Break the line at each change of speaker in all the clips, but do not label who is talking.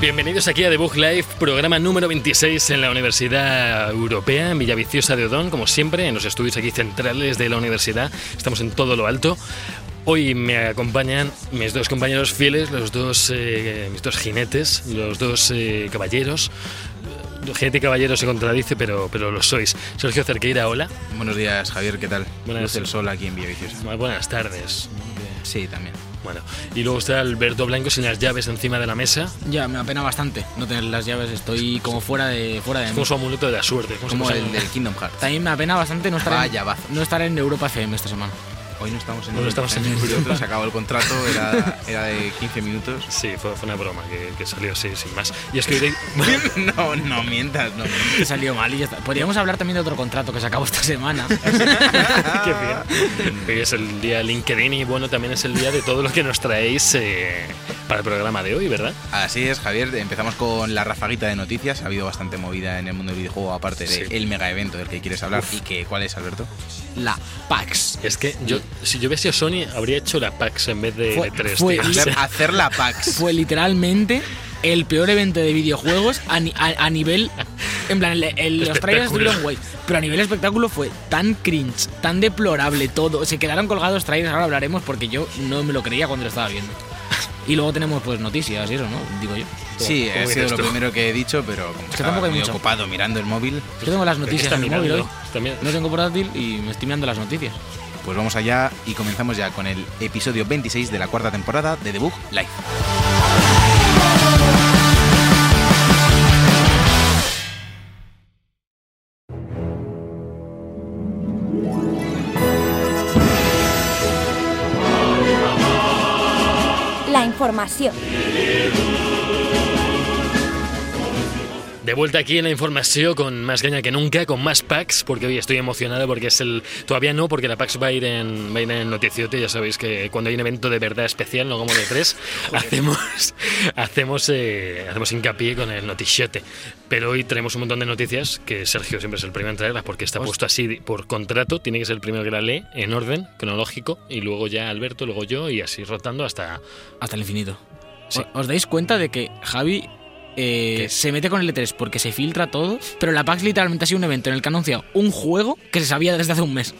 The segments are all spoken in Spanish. Bienvenidos aquí a The Book Live, programa número 26 en la Universidad Europea, en Villaviciosa de Odón, como siempre, en los estudios aquí centrales de la universidad. Estamos en todo lo alto. Hoy me acompañan mis dos compañeros fieles, los dos, eh, mis dos jinetes, los dos eh, caballeros. Jinete y caballero se contradice, pero, pero lo sois. Sergio Cerqueira, hola.
Buenos días, Javier, ¿qué tal?
Buenas.
Luz del sol aquí en Villaviciosa.
Buenas tardes.
Sí, también.
Bueno, y luego está Alberto Blanco sin las llaves encima de la mesa.
Ya, me apena bastante no tener las llaves, estoy como fuera de fuera de
Es
mí.
como su amuleto de la suerte. ¿cómo se
Como
llama?
el del Kingdom Hearts.
También me apena bastante no estar,
Vaya
en,
bazo.
no estar en Europa FM esta semana.
Hoy no estamos en
No, no estamos en
el-
Europa.
Se acabó el contrato, era, era de 15 minutos.
Sí, fue, fue una broma que, que salió así, sin más. Y es que hoy-
No, no mientas, no.
Que salió mal y ya está. Podríamos hablar también de otro contrato que se acabó esta semana.
Qué
Ah.
bien. Hoy es el día LinkedIn y bueno, también es el día de todo lo que nos traéis eh, para el programa de hoy, ¿verdad?
Así es, Javier. Empezamos con la rafaguita de noticias. Ha habido bastante movida en el mundo del videojuego, aparte
Sí.
del mega evento del que quieres hablar. ¿Y que, cuál es, Alberto?
La PAX.
Es que yo, si yo hubiese sido Sony, habría hecho la PAX en vez de
Fue-
E3,
fue-
tío. O sea,
Hacer la PAX.
Fue literalmente el peor evento de videojuegos a, ni- a- a nivel. En plan, el- el- los trailers
Espectáculo.
estuvieron guay. Pero a nivel espectáculo fue tan cringe, tan deplorable todo. Se quedaron colgados trailers, ahora hablaremos porque yo no me lo creía cuando lo estaba viendo. Y luego tenemos pues noticias y eso, ¿no? Digo yo.
Sí,
¿Cómo
ha sido
dices
lo
tú?
primero que he dicho, pero como
que
estaba
tampoco hay
muy
mucho.
ocupado mirando el móvil,
Yo tengo las
¿qué
noticias
está
en el móvil
mirando?
hoy.
Está mirando.
No tengo portátil y me estoy mirando las noticias.
pues vamos allá y comenzamos ya con el episodio 26 de la cuarta temporada de The Book Live.
La información.
De vuelta aquí en la información con más gaña que nunca, con más packs, porque hoy estoy emocionado porque es el... Todavía no, porque la PAX va a ir en, va a ir en Noticiote, ya sabéis que cuando hay un evento de verdad especial, no como de tres, hacemos, hacemos, eh, hacemos hincapié con el Noticiote. Pero hoy tenemos un montón de noticias que Sergio siempre es el primero en traerlas porque está puesto así por contrato, tiene que ser el primero que la lee en orden cronológico y luego ya Alberto, luego yo y así rotando hasta...
Hasta el infinito.
Sí.
¿O- ¿Os dais cuenta de que Javi eh,
¿Qué?
se mete con el E3 porque se filtra todo? Pero la PAX literalmente ha sido un evento en el que ha anunciado un juego que se sabía desde hace un mes.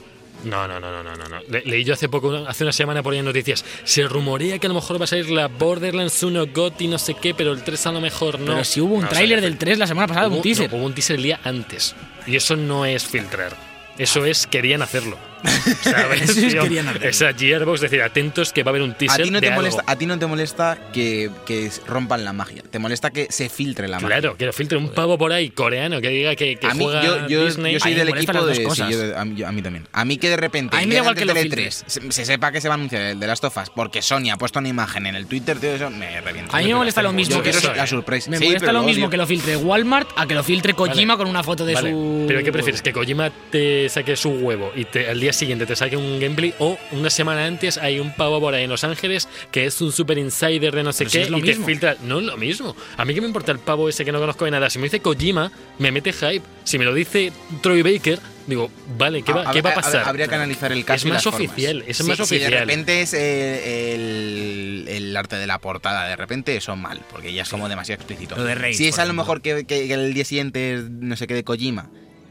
No, no, no, no, no, no, no. Le- leí yo hace poco, hace una semana por ahí en noticias. Se rumorea que a lo mejor va a salir la Borderlands 1 GOTY no sé qué, pero el 3 a lo mejor no.
pero si hubo un
No,
tráiler
o sea,
del 3 la semana pasada,
hubo-
un teaser.
no, hubo un teaser el día antes. Y eso no es filtrar. Eso es querían hacerlo. ¿Sabes,
Eso es
tío?
querían hacerlo.
Esa Gearbox decir, atentos que va a haber un
¿A
teaser
ti, no
de
te
algo.
molesta, a ti no te molesta que, que rompan la magia, te molesta que se filtre la magia.
Claro, que lo filtre un pavo por ahí coreano que diga que, que
a mí,
juega
yo, yo-
Disney.
yo soy
A mí me
del
molestan
equipo
las
de.
dos
sí,
cosas.
yo de- a, mí, yo- a mí también. A mí que de repente.
A mí me da igual que lo
de
filtre.
3 E se, se sepa que se va a anunciar el de Last of Us porque Sony ha puesto una imagen en el Twitter, tío, eso me revienta.
A mí me molesta lo mismo
yo
que
quiero
eso,
la
eh.
sorpresa.
Me
Sí,
molesta
pero
lo
luego,
mismo
tío,
que lo filtre Walmart a que lo filtre Kojima con una foto de
Vale,
su.
Pero ¿qué prefieres? ¿Que Kojima te saque su huevo y te- al día siguiente te saque un gameplay? ¿O una semana antes hay un pavo por ahí en Los Ángeles que es un super insider de no sé
Pero si
qué
es lo
y
mismo.
te filtra? No es lo mismo. A mí que me importa el pavo ese que no conozco de nada. Si me dice Kojima, me mete hype. Si me lo dice Troy Baker, digo, vale, ¿qué va a,
hab-
¿qué va a
hab-
pasar?
Habría que analizar el caso.
Es
y
más
las formas.
oficial, es
Sí,
más
Si de
oficial.
repente es eh, el, el arte de la portada, de repente eso mal, porque ya es como demasiado explícito.
Lo de Rage,
si es
por
a lo
ejemplo.
mejor que, que- que el día siguiente es no sé qué de Kojima.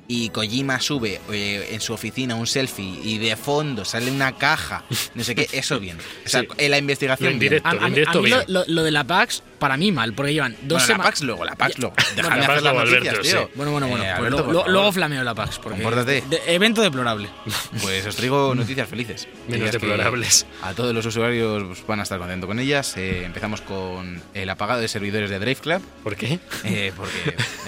Y Kojima sube eh, en su oficina un selfie y de fondo sale una caja, no sé qué, eso bien. O sea,
Sí.
en la investigación.
Lo en
bien.
directo.
A, a mí- a mí
Esto
lo,
bien.
lo- lo de la PAX, para mí mal, porque llevan dos
Bueno, la
semanas.
Pax luego, la Pax luego.
la
Déjame
Pax
hacer las
luego,
noticias,
Alberto,
tío.
sí.
Bueno, bueno, bueno.
Eh,
pues
Alberto,
lo-
por
lo-
favor.
luego flameo la PAX. Porque
Compórtate.
de- evento deplorable.
Pues os traigo noticias felices.
Menos
Noticias que
deplorables.
A todos los usuarios pues, van a estar contentos con ellas. Eh, empezamos con el apagado de servidores de Drive Club,
¿Por qué?
eh, porque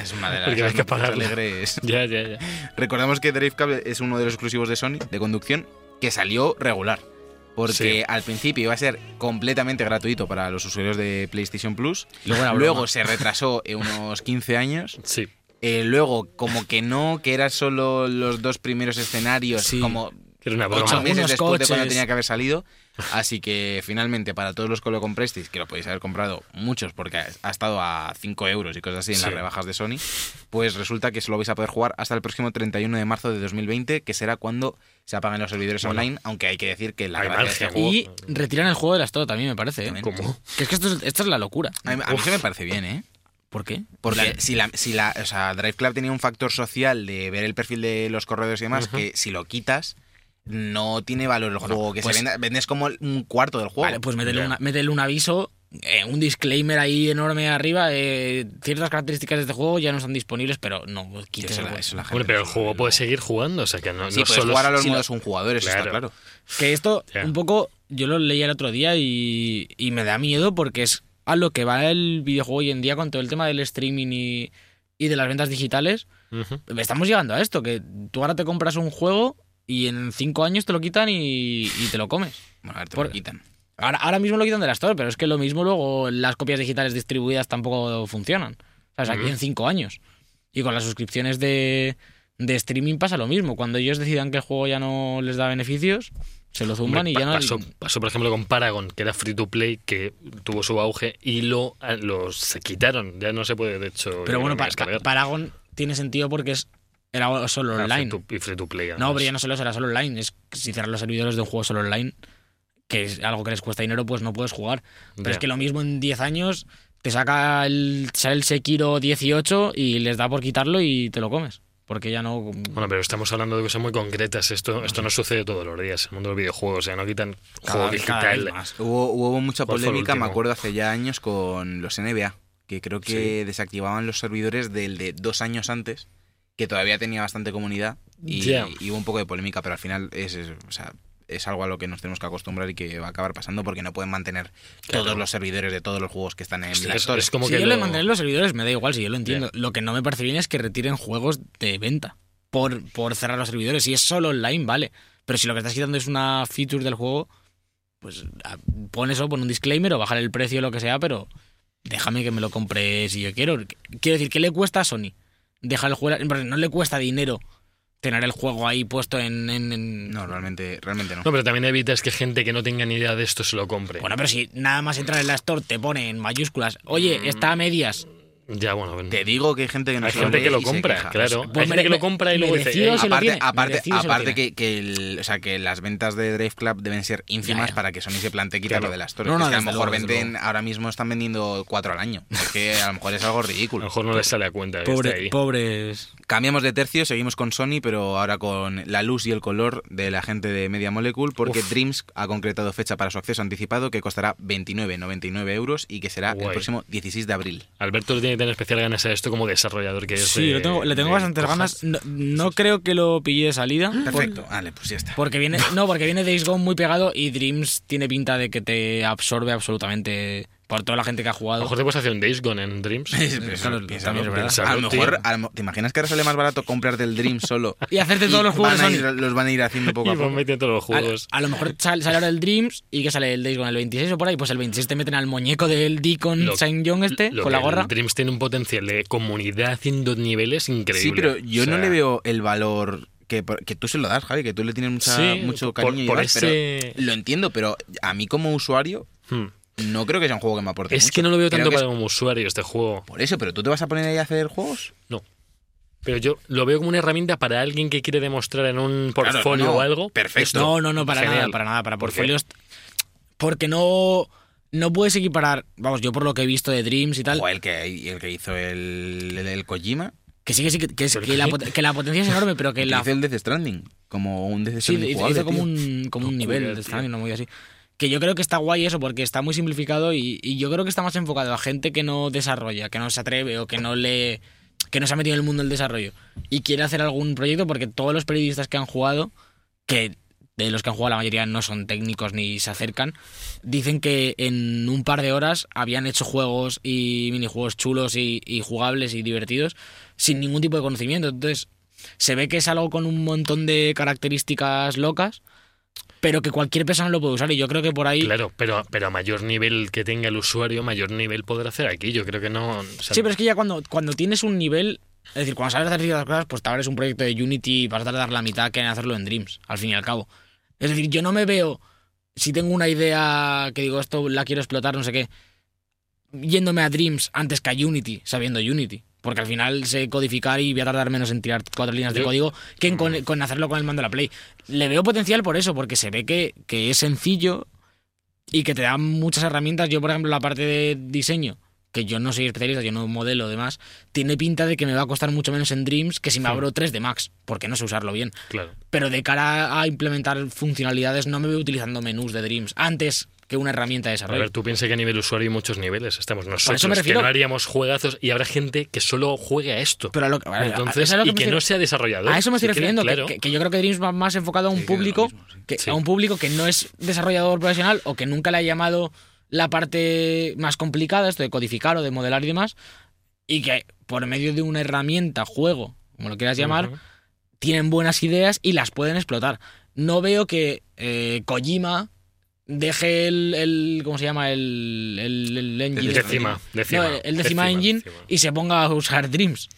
es una de las
Porque hay que
noticias
apagarlo.
alegres.
Ya, ya, ya.
Recordamos que Drive Club es uno de los exclusivos de Sony de conducción que salió regular. Porque
Sí.
al principio iba a ser completamente gratuito para los usuarios de PlayStation Plus.
Luego era broma.
Luego se retrasó en unos 15 años
Sí.
Eh, luego, como que no, que eran solo los dos primeros escenarios,
Sí.
como
Que era una broma.
ocho
Algunos
meses después de cuando
coches.
tenía que haber salido. Así que finalmente, para todos los que lo comprasteis, que lo podéis haber comprado muchos porque ha, ha estado a 5 euros y cosas así en
Sí.
las rebajas de Sony, pues resulta que solo vais a poder jugar hasta el próximo 31 de marzo de 2020, que será cuando se apaguen los servidores
Bueno.
online, aunque hay que decir que la
Hay
gracia de este
margen.
juego-
Y retiran el juego del estado también, me parece. ¿eh?
También.
¿Cómo?
Que es que esto es, esto es la locura.
A mí, a mí se me parece bien, ¿eh?
¿Por qué?
Porque
La-
si la, si la, o sea, Drive Club tenía un factor social de ver el perfil de los corredores y demás, que si lo quitas, no tiene valor el juego. Que
pues-
se venda- vendes como un cuarto del juego.
Vale, pues métele,
Ya.
una- métele un aviso, eh, un disclaimer ahí enorme arriba. eh, ciertas características de este juego ya no están disponibles, pero no,
Sí,
quites
eso
el
la-
juego.
eso la gente
Bueno, pero el
no-
juego
no-
puede seguir jugando, o sea que no,
Sí,
no
puedes
solo
jugar a los
si lo-
modos un jugador, eso está
Claro.
claro.
Que esto,
Ya.
un poco, yo lo leí el otro día y, y me da miedo porque es a lo que va el videojuego hoy en día con todo el tema del streaming y, y de las ventas digitales.
Ujú.
Estamos llegando a esto, que tú ahora te compras un juego y en cinco años te lo quitan y, y te lo comes.
Bueno, a ver, te
Por-
lo quitan.
Ahora, ahora mismo lo quitan de la Store, pero es que lo mismo luego las copias digitales distribuidas tampoco funcionan. O sea, aquí
Ujú.
en cinco años. Y con las suscripciones de, de streaming pasa lo mismo. Cuando ellos decidan que el juego ya no les da beneficios, se lo zumban
Hombre,
y ya
pa-
no...
pasó, pasó, por ejemplo, con Paragon, que era free to play, que tuvo su auge y lo, a- los se quitaron. Ya no se puede, de hecho. yo
Pero
creo
bueno,
que
pa-
descargar.
Paragon tiene sentido porque es, era solo
Ah, free
online.
to- y free to play.
No,
además.
pero ya no solo será solo online. Es que si cerrar los servidores de un juego solo online, que es algo que les cuesta dinero, pues no puedes jugar. Pero
Ya.
es que lo mismo en 10 años te saca el, sale el Sekiro 18 y les da por quitarlo y te lo comes. Porque ya no.
Bueno, pero estamos hablando de cosas muy concretas. Esto, esto no sucede todos los días en el mundo de los videojuegos. O sea, no quitan juego
vez- cada vez
digital.
más.
Hubo, hubo mucha
¿Cuál fue el
polémica, me
último?
acuerdo, hace ya años con los NBA, que creo que desactivaban los servidores del de dos años antes, que todavía tenía bastante comunidad, y,
Ya.
y hubo un poco de polémica, pero al final es, es- o sea, es algo a lo que nos tenemos que acostumbrar y que va a acabar pasando porque no pueden mantener
Claro.
todos los servidores de todos los juegos que están en
Es-
la
es-
Store.
es como
si
que
yo le
lo-
mandaré los servidores, me da igual, si yo lo entiendo. Lo que no me parece bien es que retiren juegos de venta por, por cerrar los servidores. Si es solo online, vale. Pero si lo que estás quitando es una feature del juego, pues a- pon eso, pon un disclaimer o bajar el precio o lo que sea, pero déjame que me lo compre si yo quiero. Quiero decir, ¿qué le cuesta a Sony? Dejar el juego. pero No le cuesta dinero tener el juego ahí puesto en. en- en-
No, realmente, realmente no.
No, pero también evitas que gente que no tenga ni idea de esto se lo compre.
Bueno, pero si nada más entrar en la store te pone en mayúsculas,
Mm,
oye, está a medias.
ya, bueno. ven.
Te digo que hay gente que no
Hay
se
gente
lee
que lo
y se
compra,
queja.
claro.
Pues
Hay gente
mere-
que lo compra y luego dice.
merecido
"Ey,
se lo
aparte,
tiene,
aparte,
merecido se lo
aparte
tiene.
que, que el- o sea, que las ventas de Drive Club deben ser ínfimas
Ya, ya.
para que Sony se plantee quitarlo
Claro.
de las torres.
No, no,
es que a lo
desde
mejor
luego, desde
venden, ahora mismo están vendiendo cuatro al año. Es que a lo mejor es algo
a lo
ridículo.
mejor no le sale a cuenta. que está ahí".
pobres.
Cambiamos de tercio, seguimos con Sony, pero ahora con la luz y el color de la gente de Media Molecule, porque
Uf.
Dreams ha concretado fecha para su acceso anticipado que costará 29,99 euros y que será el
Guay.
próximo 16 de abril.
Alberto le tiene que tener especial ganas a esto como desarrollador que es.
Sí,
de-
lo tengo- le tengo
de
bastantes
cojas.
ganas. No, no creo que lo pille de salida. Mm. por-
Perfecto, vale, pues ya está.
porque viene, no, porque viene Days Gone muy pegado y Dreams tiene pinta de que te absorbe absolutamente por toda la gente que ha
A lo
jugado.
mejor te puedes hacer un Days Gone en Dreams.
Eso, piénsalo.
Claro, también es verdad.
A lo
Piénsalo,
mejor,
tío.
a lo- ¿te imaginas que ahora sale más barato comprarte el Dream solo?
Y hacerte todos los juegos de
van a
Sony.
ir- los van a ir haciendo poco
Y
a
van
poco.
metiendo todos los
A,
juegos.
a lo mejor sal- sale ahora el Dreams y que sale el Days Gone el 26 o por ahí. Pues el 26 te meten al muñeco del Deacon
Lo-
Saint John este
Lo
con
que
la gorra.
el Dreams tiene un potencial de comunidad haciendo niveles increíble.
Sí, pero yo
O sea,
no le veo el valor que, por- que tú se lo das, Javi, que tú le tienes mucha-
Sí,
mucho
por-
cariño y
por
demás,
ese-
pero lo entiendo, pero a mí como usuario
hmm.
no creo que sea un juego que me aporte
Es
mucho.
que no lo veo
Creo
tanto
que es-
para como usuario este juego.
Por eso, pero tú te vas a poner ahí a hacer juegos.
No. Pero yo lo veo como una herramienta para alguien que quiere demostrar en un portfolio
no,
o algo.
perfecto.
esto.
No, no, no, para
Genial.
nada, para nada, para
¿Por qué?
portfolios. Porque no, no puedes equiparar, vamos, yo por lo que he visto de Dreams y tal,
O el que, el que hizo el, el, el Kojima,
que sí, que sí, que, que es-
¿Pero
que la,
qué?
pot- que la potencia es enorme, pero que
el que
la...
hizo el Death Stranding, como un Death
Sí,
Stranding
hizo,
jugable,
hizo como
tío.
un, como un
Locura,
nivel,
tío.
está bien, una movida así. Que yo creo que está guay eso, porque está muy simplificado y, y yo creo que está más enfocado a gente que no desarrolla, que no se atreve o que no le... que no se ha metido en el mundo del desarrollo y quiere hacer algún proyecto porque todos los periodistas que han jugado, que de los que han jugado la mayoría no son técnicos ni se acercan, dicen que en un par de horas habían hecho juegos y minijuegos chulos y, y jugables y divertidos sin ningún tipo de conocimiento. Entonces, se ve que es algo con un montón de características locas, pero que cualquier persona lo puede usar y yo creo que por ahí...
Claro, pero, pero a mayor nivel que tenga el usuario, mayor nivel podrá hacer aquí. Yo creo que no. o sea,
Sí, pero es que ya cuando, cuando tienes un nivel, Es decir, cuando sabes hacer ciertas cosas, pues tal es un proyecto de Unity y vas a tardar la mitad que en hacerlo en Dreams, al fin y al cabo. Es decir, yo no me veo, si tengo una idea que digo, esto la quiero explotar, no sé qué, yéndome a Dreams antes que a Unity, sabiendo Unity. Porque al final sé codificar y voy a tardar menos en tirar cuatro líneas de
Yo-
código que en con, con hacerlo con el mando de la Play. Le veo potencial por eso, porque se ve que, que es sencillo y que te dan muchas herramientas. Yo, por ejemplo, la parte de diseño, que yo no soy especialista, yo no modelo demás, tiene pinta de que me va a costar mucho menos en Dreams que si me
Sí.
abro 3 de Max, porque no sé usarlo bien.
Claro.
Pero de cara a implementar funcionalidades, no me veo utilizando menús de Dreams antes que una herramienta de
A
desarrollo.
ver, tú piensas que a nivel usuario hay muchos niveles. Estamos
me
nosotros
refiero.
que no haríamos juegazos y habrá gente que solo juegue a esto.
Pero a lo, a- a-
Entonces,
eso es a lo
y
me
que
refiero.
no sea desarrollador.
A eso me estoy
Si quiere,
refiriendo, que-
claro.
que, que yo creo que Dreams va más enfocado a un
Sí, que es lo
público
mismo, sí.
que
Sí.
a un público que no es desarrollador profesional o que nunca le ha llamado la parte más complicada, esto de codificar o de modelar y demás, y que por medio de una herramienta, juego, como lo quieras llamar,
Ujú.
tienen buenas ideas y las pueden explotar. No veo que eh, Kojima deje el, el- ¿cómo se llama? el el, el engine.
Décima, décima,
No, el- el décima
décima,
engine
décima.
y se ponga a usar Dreams.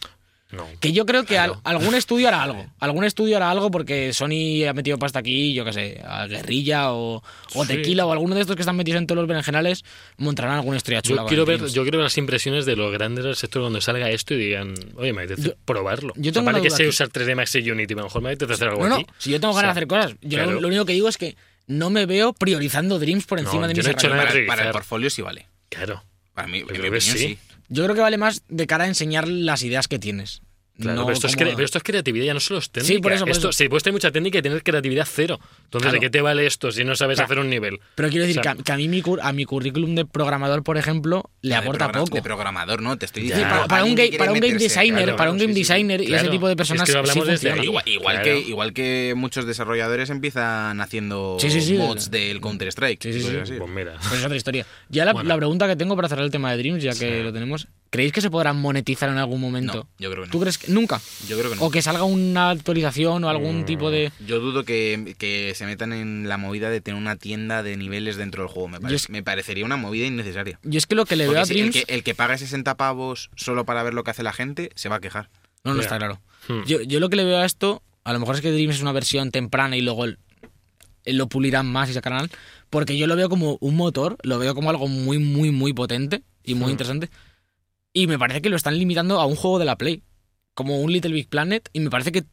No.
Que yo creo que al-
Claro.
algún estudio hará algo. Algún estudio hará algo porque Sony ha metido pasta aquí, yo qué sé, a Guerrilla o, o
Sí.
Tequila o alguno de estos que están metidos en todos los berenjenales montarán alguna historia
Yo
chula. con
quiero, ver,
Dreams.
yo quiero ver las impresiones de los grandes del sector cuando salga esto y digan, oye, me apetece
Yo-
probarlo.
yo
O sea,
tengo una
vale que
duda
sé
aquí.
usar 3D Max y Unity, a lo mejor me apetece hacer algo
No, no,
aquí.
si yo tengo ganas
O sea,
de hacer cosas, yo lo-
claro.
lo único que digo es que no me veo priorizando Dreams por encima
No,
de
yo
mis
no he hecho nada.
herramientas.
Para, para el
realizar.
portfolio sí vale.
Claro.
Para mí, en mi
creo que
opinión,
sí.
sí.
Yo creo que vale más de cara a enseñar las ideas que tienes.
Claro,
No
pero, esto es
como-
cre- pero esto es creatividad, ya no solo es técnica.
Sí, por eso, por
esto,
eso.
Sí, puedes tener mucha técnica y tener creatividad cero. Entonces,
Claro.
¿de qué te vale esto si no sabes
Claro.
hacer un nivel?
Pero quiero decir
o sea-
que, a, que a mí mi cur- a mi currículum de programador, por ejemplo, le
De
aporta
progra-
poco.
De programador, ¿no? Te estoy
Ya.
diciendo.
Sí,
para, para un
alguien que
game,
quiere
para un game
meterse,
designer,
claro,
para un
sí,
game
sí, sí.
designer y
Claro.
ese tipo de
Es que
personas
lo hablamos
sí
desde
funcionan.
ahí.
Igual, igual
Claro.
que, igual que muchos desarrolladores empiezan haciendo
Sí, sí, sí.
mods del Counter-Strike.
Sí, sí,
cosas
Pues mira.
Pues es otra historia. Ya la,
Bueno.
la pregunta que tengo para cerrar el tema de Dreams, ya que
Sí.
lo tenemos, ¿creéis que se podrán monetizar en algún
así.
momento?
No, yo creo que
¿Tú
no.
crees que nunca?
Yo creo que no.
¿O que salga una actualización o algún
Mm.
tipo de...
Yo dudo que, que se metan en la movida de tener una tienda de niveles dentro del juego. Me, pare-
es-
me parecería una movida innecesaria.
Yo es que lo que le
Mm.
veo
Porque
a
si el,
Dreams...
que, el que paga 60 pavos solo para ver lo que hace la gente se va a quejar.
No, no
Ya.
está claro.
Hmm.
Yo, yo lo que le veo a esto, a lo mejor es que Dreams es una versión temprana y luego el- eh, lo pulirán más y sacarán. Porque yo lo veo como un motor, lo veo como algo muy, muy, muy potente y muy
Hmm.
interesante. Y me parece que lo están limitando a un juego de la Play, como un Little Big Planet, y me parece que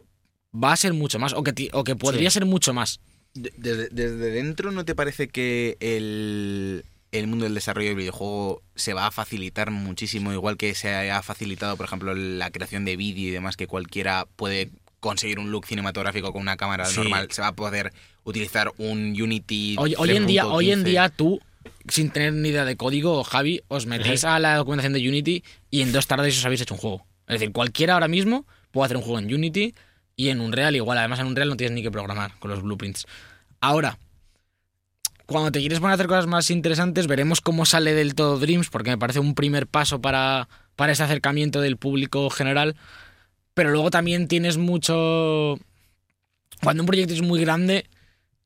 va a ser mucho más, o que, ti- o que podría
Sí.
ser mucho más.
De- Desde, desde dentro, ¿no te parece que el, el mundo del desarrollo del videojuego se va a facilitar muchísimo? Igual que se ha facilitado, por ejemplo, la creación de vídeo y demás, que cualquiera puede conseguir un look cinematográfico con una cámara
Sí.
normal. Se va a poder utilizar un Unity.
Hoy, hoy en día, hoy en
3.15.
día tú, sin tener ni idea de código, Javi, os metéis a la documentación de Unity y en dos tardes os habéis hecho un juego. Es decir, cualquiera ahora mismo puede hacer un juego en Unity y en Unreal igual. Además, en Unreal no tienes ni que programar con los blueprints. Ahora, cuando te quieres poner a hacer cosas más interesantes, veremos cómo sale del todo Dreams, porque me parece un primer paso para, para ese acercamiento del público general. Pero luego también tienes mucho... Cuando un proyecto es muy grande,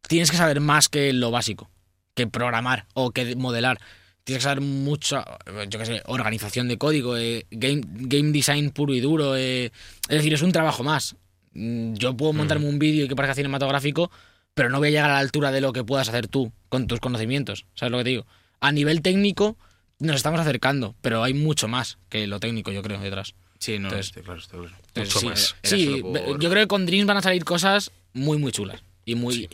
tienes que saber más que lo básico, que programar o que modelar. Tienes que saber mucha, yo qué sé, organización de código, eh, game, game design puro y duro. eh. Es decir, es un trabajo más. Mm, Yo puedo montarme un vídeo que parezca cinematográfico, pero no voy a llegar a la altura de lo que puedas hacer tú con tus conocimientos. ¿Sabes lo que te digo? A nivel técnico nos estamos acercando, pero hay mucho más que lo técnico, yo creo, detrás.
Sí, no,
Entonces- eh,
está claro, está claro.
Entonces,
Mucho
sí,
más.
eh, Era
Sí,
solo por-
yo creo que con Dreams van a salir cosas muy, muy chulas. Y muy.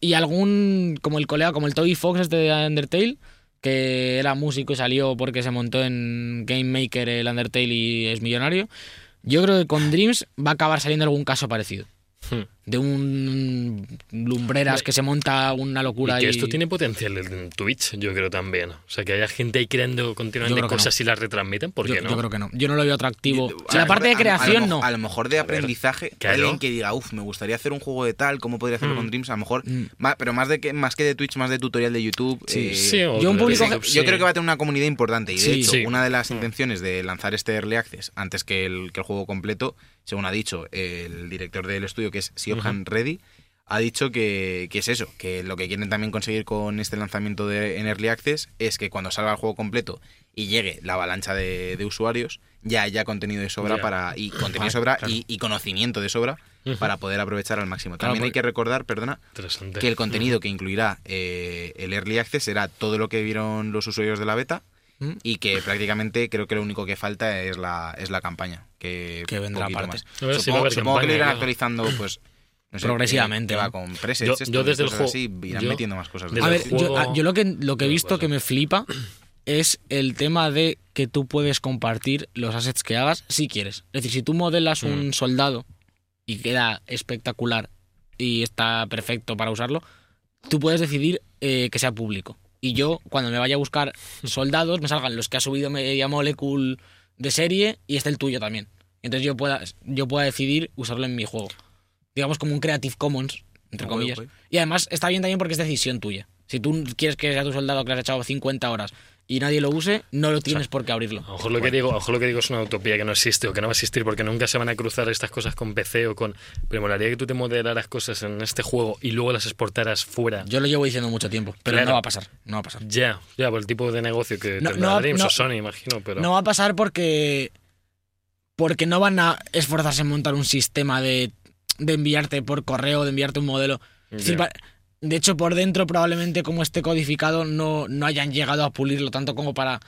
Y algún. Como el colega, como el Toby Fox, este de Undertale, que era músico y salió porque se montó en Game Maker el Undertale y es millonario. Yo creo que con Dreams va a acabar saliendo algún caso parecido.
Hmm.
De un lumbreras
Hombre,
que se monta una locura
Y que
y-
esto tiene potencial en Twitch, yo creo también. O sea, que haya gente ahí creando
Yo
continuamente
creo que
cosas y las retransmiten, ¿por
yo,
qué no?
yo creo que no. Yo no lo veo atractivo.
Yo- a
O
lo
sea, la parte de
mejor- a- a lo
creación
mejor-
no.
A lo mejor de
ver,
aprendizaje,
claro.
alguien que diga, uff, me gustaría hacer un juego de tal, cómo podría hacerlo
Mm.
con Dreams, a lo mejor,
Mm.
ma- pero más de que más que de Twitch, más de tutorial de YouTube. eh,
Sí, o
Yo un
de
público-
YouTube,
Yo
sí.
creo que va a tener una comunidad importante y de
Sí.
hecho
Sí.
una de las intenciones de lanzar este Early Access antes que el, que el juego completo, según ha dicho el director del estudio que es Siohan Reddy, ha dicho que, que es eso, que lo que quieren también conseguir con este lanzamiento de, en Early Access es que cuando salga el juego completo y llegue la avalancha de, de usuarios, ya haya contenido de sobra
Ya.
para y contenido de
Ah,
sobra
claro.
y, y conocimiento de sobra
Ujú.
para poder aprovechar al máximo.
Claro,
También hay
porque-
que recordar, perdona,
Interesante. Mm.
que el contenido que incluirá eh, el Early Access será todo lo que vieron los usuarios de la beta
¿Mm?
y que prácticamente creo que lo único que falta es la, es la campaña. Que,
Que vendrá
poquito
aparte.
más.
A ver si va a
Supongo,
haber
supongo que lo
campaña,
irán
claro.
actualizando pues, no sé,
Progresivamente,
que va
¿no?
con presets,
Yo-
esto,
yo desde el
cosas
juego-
así, irán
yo-
metiendo más cosas.
desde el
A ver,
juego-
yo, ah, yo lo que, lo que he
Una
visto
cosa.
que me flipa es el tema de que tú puedes compartir los assets que hagas si quieres. Es decir, si tú modelas un soldado y queda espectacular y está perfecto para usarlo, tú puedes decidir eh, que sea público. Y yo, cuando me vaya a buscar soldados, me salgan los que ha subido Media Molecule de serie y está el tuyo también. Entonces yo pueda, yo pueda decidir usarlo en mi juego. Digamos como un Creative Commons, entre
Ok,
comillas.
ok.
Y además está bien también porque es decisión tuya. Si tú quieres que sea tu soldado que le has echado 50 horas y nadie lo use, no lo tienes por qué abrirlo.
A lo, mejor lo que digo, a lo mejor lo que digo es una utopía que no existe o que no va a existir porque nunca se van a cruzar estas cosas con PC o con... Pero molaría que tú te modelaras cosas en este juego y luego las exportaras fuera.
Yo lo llevo diciendo mucho tiempo, pero
Claro.
no va a pasar. No va a pasar.
Ya, ya, por el tipo de negocio que
No,
tendrá
no,
Dreams
no.
o Sony, imagino, pero...
No va a pasar porque. Porque no van a esforzarse en montar un sistema de, de enviarte por correo, de enviarte un modelo. Es decir,
Ya.
va- de hecho, por dentro, probablemente como esté codificado, no, no hayan llegado a pulirlo tanto como para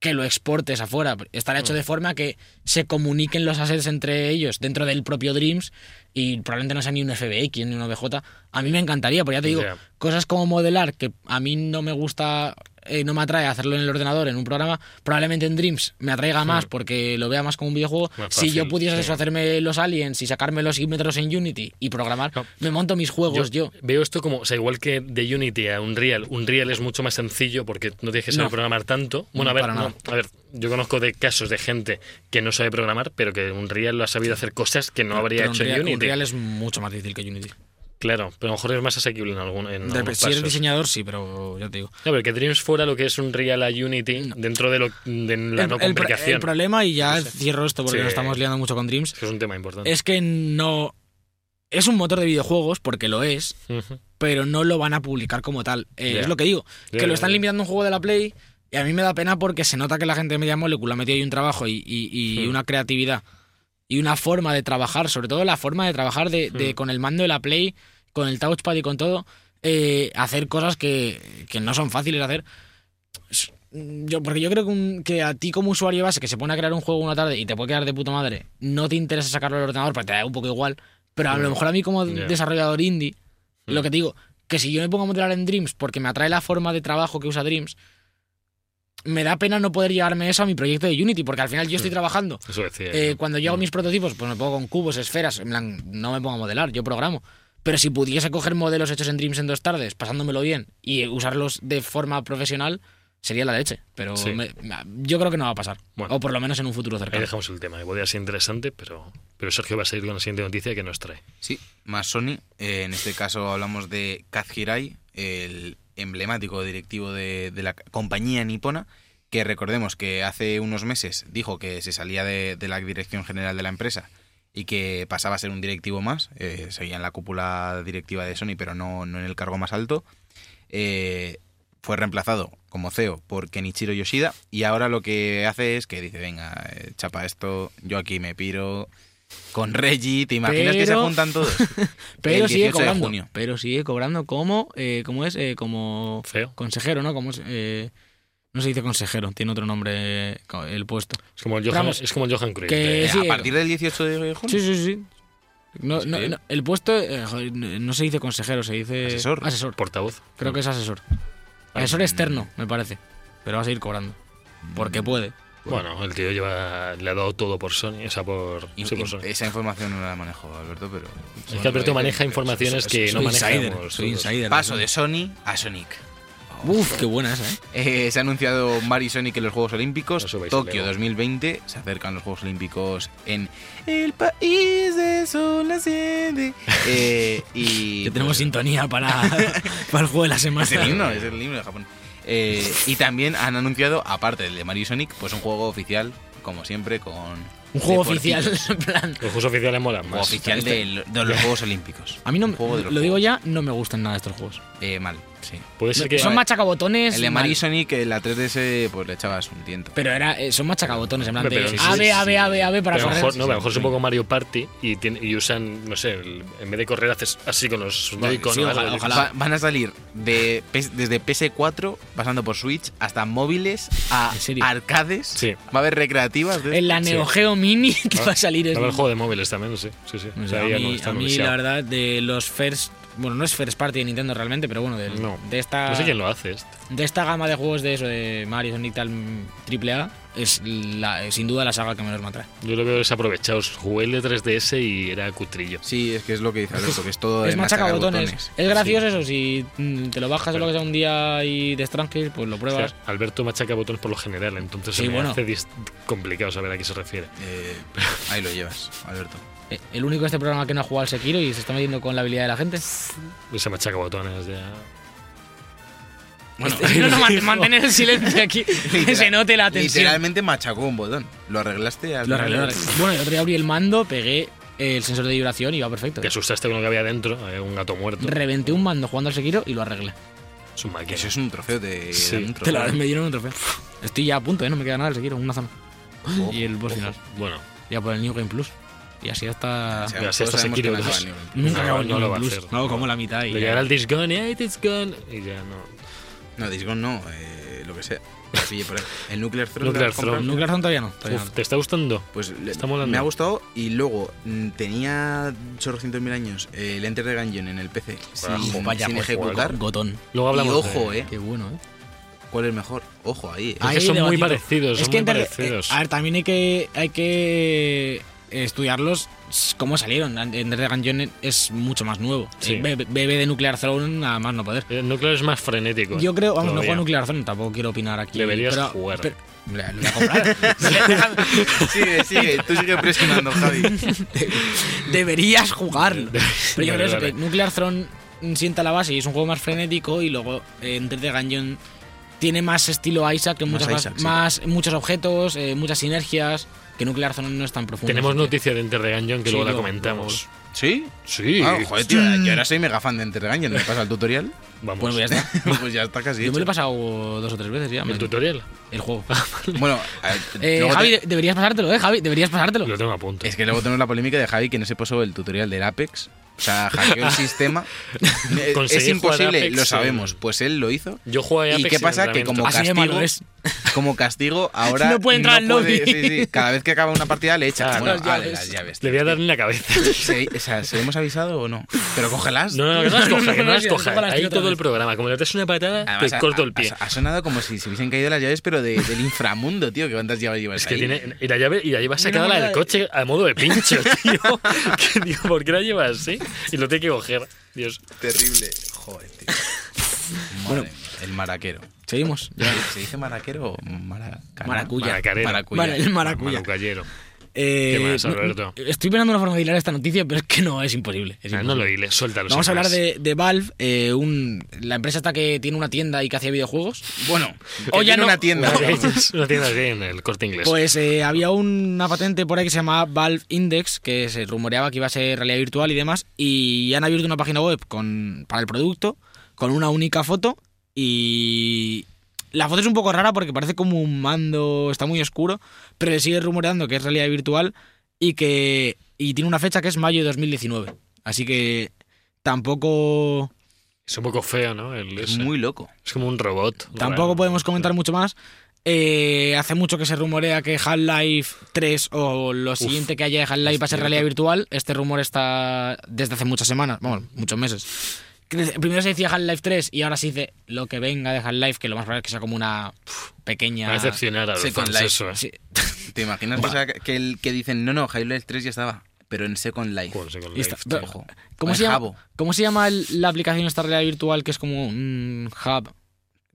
que lo exportes afuera. Estará
Mm.
hecho de forma que se comuniquen los assets entre ellos dentro del propio Dreams y probablemente no sea ni un FBX ni un OBJ. A mí me encantaría, porque ya te digo,
Ya.
cosas como modelar, que a mí no me gusta, eh, no me atrae hacerlo en el ordenador, en un programa, probablemente en Dreams me atraiga más porque lo vea más como un videojuego.
Mm. Más
si yo
fácil,
pudiese
sí.
eso, hacerme los aliens y sacarme los ímetros en Unity y programar,
No.
me monto mis juegos pues yo.
Veo esto como, o sea, igual que de Unity a Unreal, Unreal es mucho más sencillo porque no tienes que saber
No.
programar tanto. Bueno, a
No,
ver,
para
no,
nada.
a ver, yo conozco de casos de gente que no sabe programar, pero que Unreal lo ha sabido hacer cosas que no habría
Pero
hecho
Unreal-
en Unity.
Unreal es mucho más difícil que Unity.
Claro, pero a lo mejor es más asequible en algún en
De-
algunos
si eres
pasos.
diseñador, sí, pero ya te digo.
No, pero que Dreams fuera lo que es un Real a Unity dentro de, lo, de la no
pro-
complicación.
el problema, y ya cierro esto porque
Sí.
nos estamos liando mucho con Dreams,
Es que es un tema importante.
es que no. Es un motor de videojuegos, porque lo es,
Ujú.
pero no lo van a publicar como tal. Eh,
Ya.
Es lo que digo,
Ya,
que
ya,
lo están
ya.
limitando a un juego de la Play y a mí me da pena porque se nota que la gente de Media Molecule ha metido ahí un trabajo y, y- y
Sí.
una creatividad y una forma de trabajar, sobre todo la forma de trabajar de, de-
Sí.
con el mando de la Play, con el touchpad y con todo, eh, hacer cosas que, que no son fáciles de hacer. S- mm, Yo, porque yo creo que, un- que a ti como usuario base que se pone a crear un juego una tarde y te puede quedar de puta madre, no te interesa sacarlo del ordenador, porque te da un poco igual, pero a
Mm.
lo mejor a mí como
Ya.
desarrollador indie, lo que te digo, que si yo me pongo a modelar en Dreams porque me atrae la forma de trabajo que usa Dreams, me da pena no poder llevarme eso a mi proyecto de Unity, porque al final yo estoy trabajando.
Eso decía.
Eh,
yo.
cuando yo hago mis prototipos, pues me pongo con cubos, esferas, en plan, no me pongo a modelar, yo programo. Pero si pudiese coger modelos hechos en Dreams en dos tardes, pasándomelo bien y usarlos de forma profesional, sería la leche. Pero
Sí.
me- me- yo creo que no va a pasar.
Bueno.
O por lo menos en un futuro
Ahí
cercano.
dejamos el tema. Podría ser interesante, pero, pero Sergio va a seguir con la siguiente noticia que nos trae.
Sí, más Sony. Eh, en este caso hablamos de Kaz Hirai, el emblemático directivo de, de la compañía nipona, que recordemos que hace unos meses dijo que se salía de, de la dirección general de la empresa y que pasaba a ser un directivo más. eh, seguía en la cúpula directiva de Sony, pero no, no en el cargo más alto. Eh, fue reemplazado como CEO por Kenichiro Yoshida y ahora lo que hace es que dice, venga, eh, chapa esto, yo aquí me piro con Reggie, ¿te imaginas que se
Pero-
juntan todos?
Pero
el 18
sigue
de
cobrando.
junio.
Pero sigue cobrando como. eh, ¿Cómo es? Eh, como.
Feo.
Consejero, ¿no? Como. es, eh, no se dice consejero, tiene otro nombre eh, co- el puesto.
Es como el Johan,
Vamos,
es como el Johan Cruyff.
que
de-
Eh,
sí,
a partir del 18 de junio.
Sí, sí, sí. No, no,
Sí.
no, el puesto. eh, joder, no no se dice consejero, se dice.
Asesor. mm.
Asesor.
portavoz.
Creo que es asesor. Asesor externo, me parece. Pero va a seguir cobrando.
Mm.
Porque puede.
Bueno, el tío lleva, le ha dado todo por Sony, o sea, por,
In-
sí, por
in-
Sony.
eh,
esa información no la manejo, Alberto, pero.
Es que Alberto maneja informaciones que no
Soy insider.
manejamos.
Soy
todos.
insider.
Paso de Sony a Sonic.
Uf, qué buena esa, ¿eh?
Eh, se ha anunciado Mario y Sonic en los Juegos Olímpicos.
No subáis el
Tokio
ego.
2020. Se acercan los Juegos Olímpicos en el país de sol asciende. Eh, y
Que tenemos sintonía para, para el juego de la semana.
Es el himno, es el himno de Japón. Eh, y también han anunciado, aparte del de Mario y Sonic, pues un juego oficial como siempre, con.
Un juego
deportitos.
oficial, en plan.
Los juegos oficiales molan
Juego
más.
oficial de, lo- de los Juegos Olímpicos.
A mí no
Un juego de los
lo digo
juegos.
ya, no me gustan nada estos juegos.
Eh, mal, sí.
Puede ser que.
Son machacabotones.
El de
mal.
Mario y Sonic, eh, la 3DS, pues le echabas un tiento.
Pero era, eh, son machacabotones, en plan
Hombre,
de
pero sí,
ave,
sí,
ave, ave, ave para
Pero a lo
correr.
mejor, no, a lo mejor es un poco Mario Party y, tiene- y usan, no sé, el- en vez de correr haces así con los
Bueno,
Joy-Con,
sí,
¿no?
ojalá,
Algo-
ojalá. Va- van a salir de, PS desde PS4, pasando por Switch, hasta móviles, a
¿En serio?
arcades.
Sí.
Va a haber recreativas. de-
En la Neo Geo Mini te va a salir
Va a
eso.
haber juego de móviles también, sí. sí, sí.
No
O
sé,
sea,
Pues a
ya no
mí,
está
a mí,
anunciado.
la verdad, de los first. Bueno, no es first party de Nintendo realmente, pero bueno, del-
No.
de, esta,
No sé quién lo hace. este.
de esta gama de juegos de eso, de Mario, Sonic, tal, mm, AAA, es la- eh, sin duda la saga que menos me atrae.
Yo lo veo desaprovechado. Jugué el de 3DS y era cutrillo.
Sí, es que es lo que dice Alberto, que es todo
es
de
machacabotones.
machacabotones.
Es gracioso eso, si mm, te lo bajas o lo que sea un día y te estranques, pues lo
O sea,
pruebas.
Alberto machaca botones por lo general, entonces
Sí,
se me
bueno.
hace dis- complicado saber a qué se refiere.
Eh, ahí lo llevas, Alberto.
Eh, El único de este programa que no ha jugado al Sekiro y se está metiendo con la habilidad de la gente.
Se machaca botones ya.
Bueno,
Este, No, no, man- mantener el silencio aquí, que se note la tensión.
Literalmente machacó un botón. Lo arreglaste al
Lo arreglé, lo arreglé. Bueno, el otro día abrí el mando, pegué el sensor de vibración y iba perfecto.
Te asustaste con lo que había dentro, había un gato muerto.
Reventé un mando jugando al Sekiro y lo arreglé.
Es un
Que
máquina.
eso es un trofeo de.
Sí.
dan un
Te
trofeo.
lo me dieron un trofeo. Estoy ya a punto, ¿eh? no me queda nada el Sekiro, una zona.
Oh,
Ojo,
y el boss final.
Bueno,
Ya por el New Game Plus. Y así hasta.
O sea,
Pero si
todos
esto se
sabemos
quiere
que no
dos.
acaba ni-
Nunca
no,
acabo el
no
New
lo
Game
va a
Plus.
hacer.
No, como la mitad. Y
le llegará el This Gone, yeah, it's gone. Y ya no.
No, Discord no, eh, lo que sea. Lo pillé por ahí. El Nuclear Throne.
Nuclear
¿lo has comprado?
Throne.
Nuclear Zone todavía no. todavía
Uf,
no.
¿te está gustando?
Pues le-
Está molando.
me ha gustado y luego mm, tenía 800.000 mil años eh, el Enter the Gungeon en el PC sin,
Ojo, vaya
sin
juego,
ejecutar.
Gotón.
Luego
y
hablamos.
ojo,
de-
eh,
Qué bueno, ¿eh?
¿cuál es mejor? Ojo ahí. eh.
Ah, que son muy
debatimos.
parecidos, son muy
Enter-
parecidos.
eh, a ver, también hay que, hay que eh, estudiarlos s- cómo salieron. Enter the Gungeon es mucho más nuevo.
Sí.
Eh, be- Bebe de Nuclear Throne, nada más no poder.
Eh, El Nuclear es más frenético.
Yo creo, vamos, no
todavía.
juego a Nuclear Zone, tampoco quiero opinar aquí.
Deberías
pero-
jugar.
pero- Mira, lo voy a comprar.
sigue, sigue, tú sigue presionando, Javi.
Deberías jugarlo. Pero yo
Vale,
creo eso,
vale.
que Nuclear Throne mm, sienta la base y es un juego más frenético y luego eh, Enter the Gungeon tiene más estilo Isaac que
Más
muchas más-
Isaac, sí.
más- muchos objetos, eh, muchas sinergias, que Nuclear Throne no es tan profundo.
Tenemos
así que-
noticia de Enter the Gungeon que
Sí,
luego la
luego-
comentamos.
¿Sí?
Sí.
Ah, joder, tío, yo ahora soy mega fan de Enter the Gungeon. ¿Me pasa el tutorial?
Vamos.
Bueno, pues ya está.
pues ya está casi
Yo me lo he
hecho.
pasado dos o tres veces ya.
¿El
me-
tutorial?
el juego.
Bueno, a ver,
Eh,
luego te-
Javi, de- deberías pasártelo, ¿eh? Javi, deberías pasártelo.
Lo tengo a punto.
Es que luego tenemos la polémica de Javi que no se pasó el tutorial del Apex. O sea, hackeó el sistema. Eh, es
Conseguí jugar
imposible,
Apex
lo
en-
sabemos. Pues él lo hizo.
Yo juego a Apex
¿Y qué
sin
pasa? Que como
entrenamiento. Ah,
Así de malo
castigo,
es.
como castigo, ahora.
No puede entrar al
puede-
lobby.
sí, sí, cada vez que acaba una partida le echa.
Ah,
bueno,
las
ah,
llaves.
las llaves.
Le voy a dar en la cabeza.
Se- o sea, ¿se hemos avisado o no? Pero cógelas.
No, no, no, no las cojas, que no las
Yo
cojas.
las
Ahí
tiro
todo
todas.
el programa. Como le das una patada,
Además,
te
ha-
corto
ha-
el pie.
Ha, ha sonado como si se hubiesen caído las llaves, pero de- del inframundo, tío. Que cuántas llaves llevas
Es que
ahí?
tiene. Y la llave, y la lleva sacada
Mira,
la del
mira.
coche a modo de pincho, tío. que digo, ¿por qué la lleva así? Y lo tiene que coger. Dios.
Terrible. Joder, tío. Madre mía, el maraquero.
Seguimos. Ya.
¿Se dice maraquero o maracana?
Maracuya.
Maracarero.
Maracuya.
Vale, el maracuya.
Marucayero.
Eh,
¿Qué más,
no-
Alberto?
estoy pensando en una forma de hilar esta noticia, pero es que no, es imposible. es
Ah,
imposible.
no lo hile, suéltalo.
Vamos a
sin
hablar
más.
de, de Valve, eh, un- la empresa esta que tiene una tienda y que hacía videojuegos.
Bueno,
O
que
ya
tiene
no.
una tienda.
Es una tienda así en el corte inglés.
Pues eh, había una patente por ahí que se llamaba Valve Index, que se rumoreaba que iba a ser realidad virtual y demás, y han abierto una página web con, para el producto con una única foto y... La foto es un poco rara porque parece como un mando, está muy oscuro, pero le sigue rumoreando que es realidad virtual y que y tiene una fecha que es mayo de 2019. Así que tampoco
es un poco feo, ¿no? El-
Es
ese.
muy loco.
es como un robot.
Tampoco
raro.
podemos comentar mucho más. Eh, hace mucho que se rumorea que Half-Life 3 o lo siguiente que haya de Half-Life va a ser realidad virtual. Este rumor está desde hace muchas semanas, bueno, muchos meses. Que desde- Primero se decía Half-Life 3 y ahora se dice lo que venga de Half-Life, que lo más probable es que sea como una pf,
Va a
pequeña...
decepcionar a los
Second
fans
Life.
eso. ¿eh?
Sí.
¿Te imaginas o sea, que, el, que dicen, no, no, Half-Life 3 ya estaba, pero en Second Life?
Joder, Second
Y está-
Life, tío.
Ojo. O
¿Cómo,
en
se llama,
Jabo.
¿Cómo se llama el- la aplicación esta realidad virtual que es como un hub?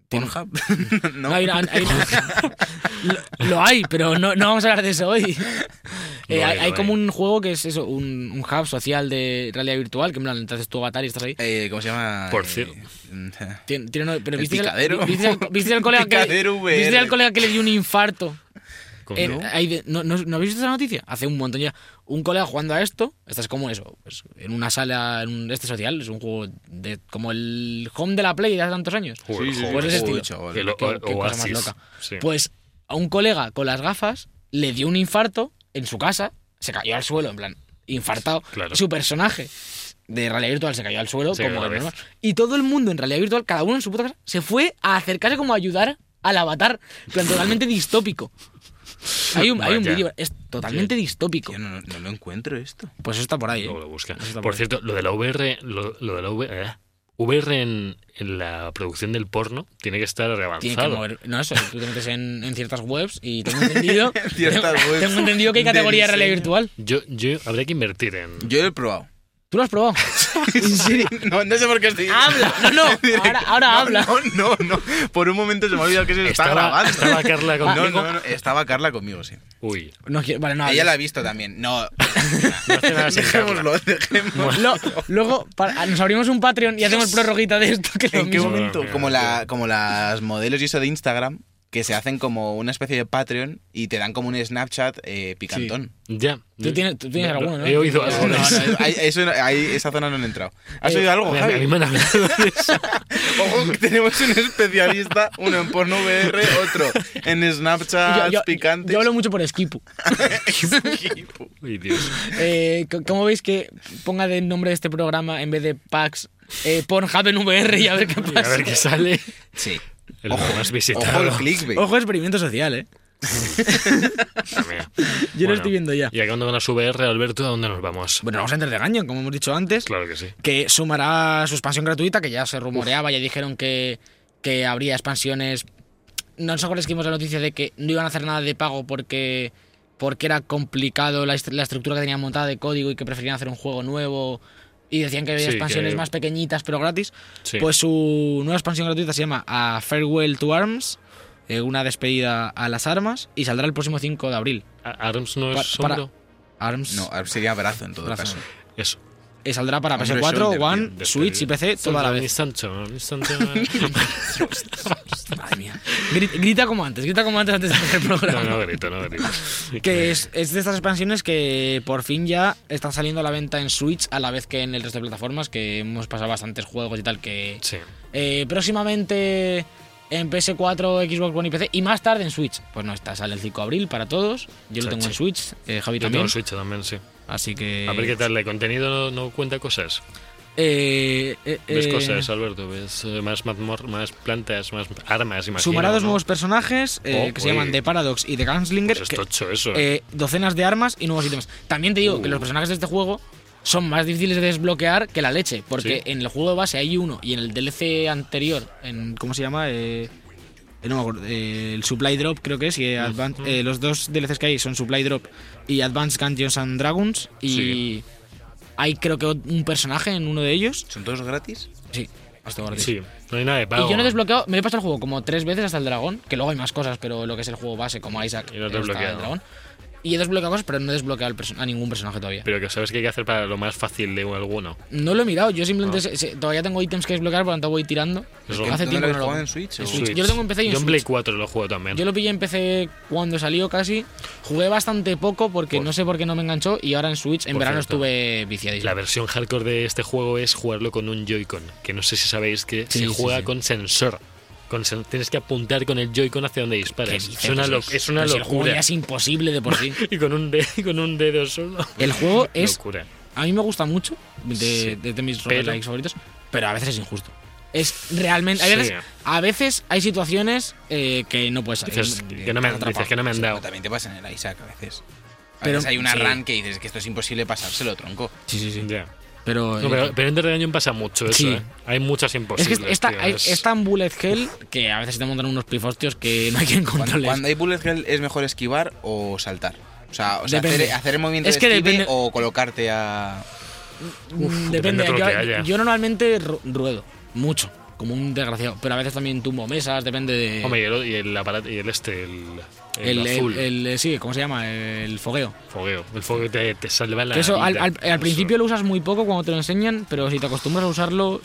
Tiene-
¿Pornhub? no.
No, hay una- hay una- lo, lo hay, pero no, no vamos a hablar de eso hoy. Eh,
No hay,
hay
no
hay como
hay.
un juego que es eso, un, un hub social de realidad virtual, que en plan, entonces tu avatar y estás ahí.
Eh, ¿Cómo se llama?
Por
Eh,
cierto.
mm,
Tien- tiene no- pero
El
viste al-
picadero.
vi- viste al- viste al colega que le-
Picadero VR.
viste al colega que le dio un infarto.
Con-
Eh,
¿no?
hay de- ¿no, no, no habéis visto esa noticia? Hace un montón ya. Un colega jugando a esto, estás como eso, pues, en una sala, en un este social, es un juego de como el home de la Play de hace tantos años.
Joder,
Sí, sí, sí.
joder,
Pues ese
joder,
estilo.
chaval.
que lo-
Qué- qué
o-
cosa más
Oasis,
loca.
sí.
Pues a un colega con las gafas le dio un infarto en su casa, se cayó al suelo, en plan, infartado.
Claro.
Su personaje de realidad virtual se cayó al suelo,
Se
como
cayó a la
de
vez.
normal. Y todo el mundo en realidad virtual, cada uno en su puta casa, se fue a acercarse como a ayudar al avatar. En plan, totalmente distópico. Hay un, hay un
Vaya.
vídeo, es totalmente distópico.
Tío, no, no- no lo encuentro esto.
Pues eso está por ahí. ¿eh?
Luego lo busca.
Eso está
Por
bien.
cierto, lo de la VR, lo, lo de la VR, eh, VR en, en la producción del porno tiene que estar
Tiene que
avanzado.
mover. No, eso, tú te metes en, en ciertas webs y tengo entendido.
Ciertas
tengo,
webs
tengo entendido que hay
de
categoría de realidad
diseño.
virtual.
Yo, yo habría que invertir en.
Yo lo he probado.
¿Tú lo has probado?
¿En serio? No, no sé por qué estoy...
¡Habla! No, no, ahora, ahora
No,
habla.
No, no, no. Por un momento se me ha olvidado que se está
estaba,
grabando.
estaba Carla
No,
contigo.
no, no, Estaba Carla conmigo, sí.
Uy.
No quiero- vale, no,
Ella la
habla.
ha visto también. No,
No hace nada sin Ah, Carla.
dejémoslo, dejémoslo.
Lo- luego para- nos abrimos un Patreon y hacemos prorroguita de esto. Que lo
¿En qué
mismo.
momento?
Madre mía,
Como, la,
tío.
como las modelos y eso de Instagram, que se hacen como una especie de Patreon y te dan como un Snapchat eh, picantón.
Ya.
Tú tienes- tú tienes
No,
alguno, ¿no?
He oído algo de
No,
eso.
no,
Ahí- eso no- ahí, esa zona no han entrado. ¿Has
Eh,
oído algo,
A mí- a mí
Javi?
me han hablado de eso.
Ojo, que tenemos un especialista, uno en porno VR, otro en Snapchat
Yo- yo-
picantes.
yo hablo mucho por Skipu.
Uy, Dios.
Eh, c- ¿Cómo veis que ponga de nombre de este programa en vez de PAX eh, Pornhub en VR y a ver qué
Y a
pasa?
ver qué sale.
Sí.
El más
Ojo
visitado.
el clickbait.
Ojo, experimento social, ¿eh?
Madre mía.
Yo
Bueno,
lo estoy viendo ya.
Y acabando con las VR, Alberto, ¿a dónde nos vamos?
Bueno, vamos a entrar de gaño, como hemos dicho antes.
Claro que sí.
que sumará su expansión gratuita, que ya se rumoreaba, ya dijeron que, que habría expansiones. No sé cuál es que vimos la noticia de que no iban a hacer nada de pago porque, porque era complicado la, est- la estructura que tenían montada de código y que preferían hacer un juego nuevo. Y decían que había
Sí,
expansiones
que-
más pequeñitas pero gratis.
Sí.
Pues su nueva expansión gratuita se llama A Farewell to Arms, eh, una despedida a las armas, y saldrá el próximo 5 de abril.
A- ARMS no es
Pa- para-
hombro.
Arms
No, ahora sería brazo en todo
Brazo.
caso.
Eso.
eh, saldrá para
Hombre,
PS4,
shoulder,
One,
Despedida.
Switch y PC toda la
Un
vez.
instante, un instante.
Madre mía. Gri- Grita como antes, grita como antes antes de hacer el programa.
No, no grito, no grito.
Que es, es de estas expansiones que por fin ya están saliendo a la venta en Switch a la vez que en el resto de plataformas, que hemos pasado bastantes juegos y tal que...
Sí.
Eh, próximamente en PS4, Xbox One y PC y más tarde en Switch. Pues no, está, sale el 5 de abril para todos. Yo lo
Sí,
tengo
sí.
en Switch, eh, Javi
Yo
también. Eh,
tengo Switch también, sí.
Así que...
A ver qué tal. El contenido no, no cuenta cosas.
Eh, eh,
Ves
eh,
cosas, Alberto. Ves eh, más, mazmor- más plantas, más armas, imagino.
Sumará dos
¿no?
nuevos personajes eh,
Oh,
que se
uy.
llaman The Paradox y The Gunslinger.
Pues es
que-
tocho eso. eh.
eh, docenas de armas y nuevos ítems. También te digo que
Uh.
los personajes de este juego son más difíciles de desbloquear que la leche, porque
Sí.
en el juego base hay uno y en el DLC anterior, en ¿cómo se llama? Eh, eh, no me acuerdo, eh, el Supply Drop creo que es, y Advan-
Mm.
eh, los dos DLCs que hay son Supply Drop y Advanced Dungeons and Dragons, y
Sí.
hay creo que un personaje en uno de ellos.
¿Son todos gratis?
Sí, hasta ahora.
sí, no hay nada de pago.
Y yo no he desbloqueado, me he pasado el juego como tres veces hasta el dragón, que luego hay más cosas, pero lo que es el juego base, como Isaac,
Y no has
está
desbloqueado.
el dragón. Y he desbloqueado cosas, pero no he desbloqueado al perso- a ningún personaje todavía.
Pero que sabes que hay que hacer para lo más fácil de alguno.
no lo he mirado, yo simplemente sé- sé- todavía tengo ítems que desbloquear, por lo tanto voy tirando.
Ah. Eso.
Hace
¿No lo has
tiempo que no lo
jugado en
hago.
Switch?
En
o-
Switch. Yo lo tengo en PC y en
Yo en Play
Switch.
4 lo juego también.
Yo lo pillé en PC cuando salió casi, jugué bastante poco porque
Por-
no sé por qué no me enganchó y ahora en Switch en
Por
verano
cierto.
estuve viciadísimo.
La versión hardcore de este juego es jugarlo con un Joy-Con, que no sé si sabéis que
Sí,
se
sí,
juega
sí.
con sensor. Con sen- tienes que apuntar con el Joy-Con hacia donde disparas.
¿Qué dices?
es una,
Pues
lo- es una
pues El juego ya
locura.
es imposible de por sí.
Y con un, de- con un dedo solo.
El juego es
Locura.
A mí me gusta mucho, de,
Sí,
de- de mis
pero-
roguelikes favoritos, pero a veces es injusto. Es realmente. A
Sí.
veces, a veces hay situaciones eh, que no puedes salir.
Dices que no me,
te han
dices que no me han
Sí,
dado.
pero también te pasa en el Isaac a veces. A
Pero-
veces hay una
sí.
run que dices que esto es imposible pasárselo, tronco.
Sí, sí, sí.
Ya.
Pero.
No,
eh,
pero, pero en The Reunion pasa mucho eso.
Sí.
¿eh? Hay muchas
es que
imposibles.
está,
tío,
hay-
es-
está en Bullet Hell que a veces te montan unos pifostios que no hay quien
Cuando,
controles.
cuando hay bullet hell es mejor esquivar o saltar. O sea, o sea,
Depende.
hacer, hacer el movimiento
Es
de
que
esquive
depende-
o colocarte a...
Mm,
depende
depende.
de lo
yo,
que haya.
yo normalmente ru- ruedo mucho, como un desgraciado. Pero a veces también tumbo mesas, depende de.
Hombre, y el, y el aparato, y el este, el, el
el, el-
azul, el,
el- sí, ¿cómo se llama? El fogueo.
fogueo. El fogueo te, te salva la
Que eso al,
vida.
al- al
Eso.
principio lo usas muy poco cuando te lo enseñan, pero si te acostumbras a usarlo,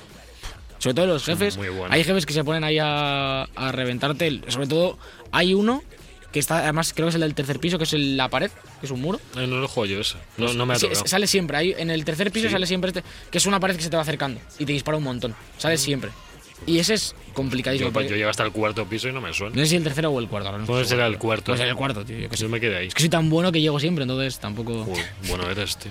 sobre todo los jefes,
muy bueno.
hay jefes que se ponen ahí a, a reventarte. Sobre todo hay uno que está, además creo que es el del tercer piso, que es el- la pared, que es un muro.
Eh, No lo juego yo eso. No, no me ha
Pues Sí,
tocado.
sale siempre, ahí, en el tercer piso
Sí.
sale siempre, este- que es una pared que se te va acercando y te dispara un montón, sale siempre. Y ese es complicadísimo.
Mm. Yo, pues,
porque-
yo llego hasta el cuarto piso y no me suena.
No sé si el tercero o el cuarto. ahora no
Puede
estoy
ser el
seguro.
cuarto. ¿eh?
Puede ser el cuarto, tío, yo qué sé.
Yo me quedé ahí.
Es que soy tan bueno que llego siempre, entonces tampoco...
Uy, bueno eres, tío.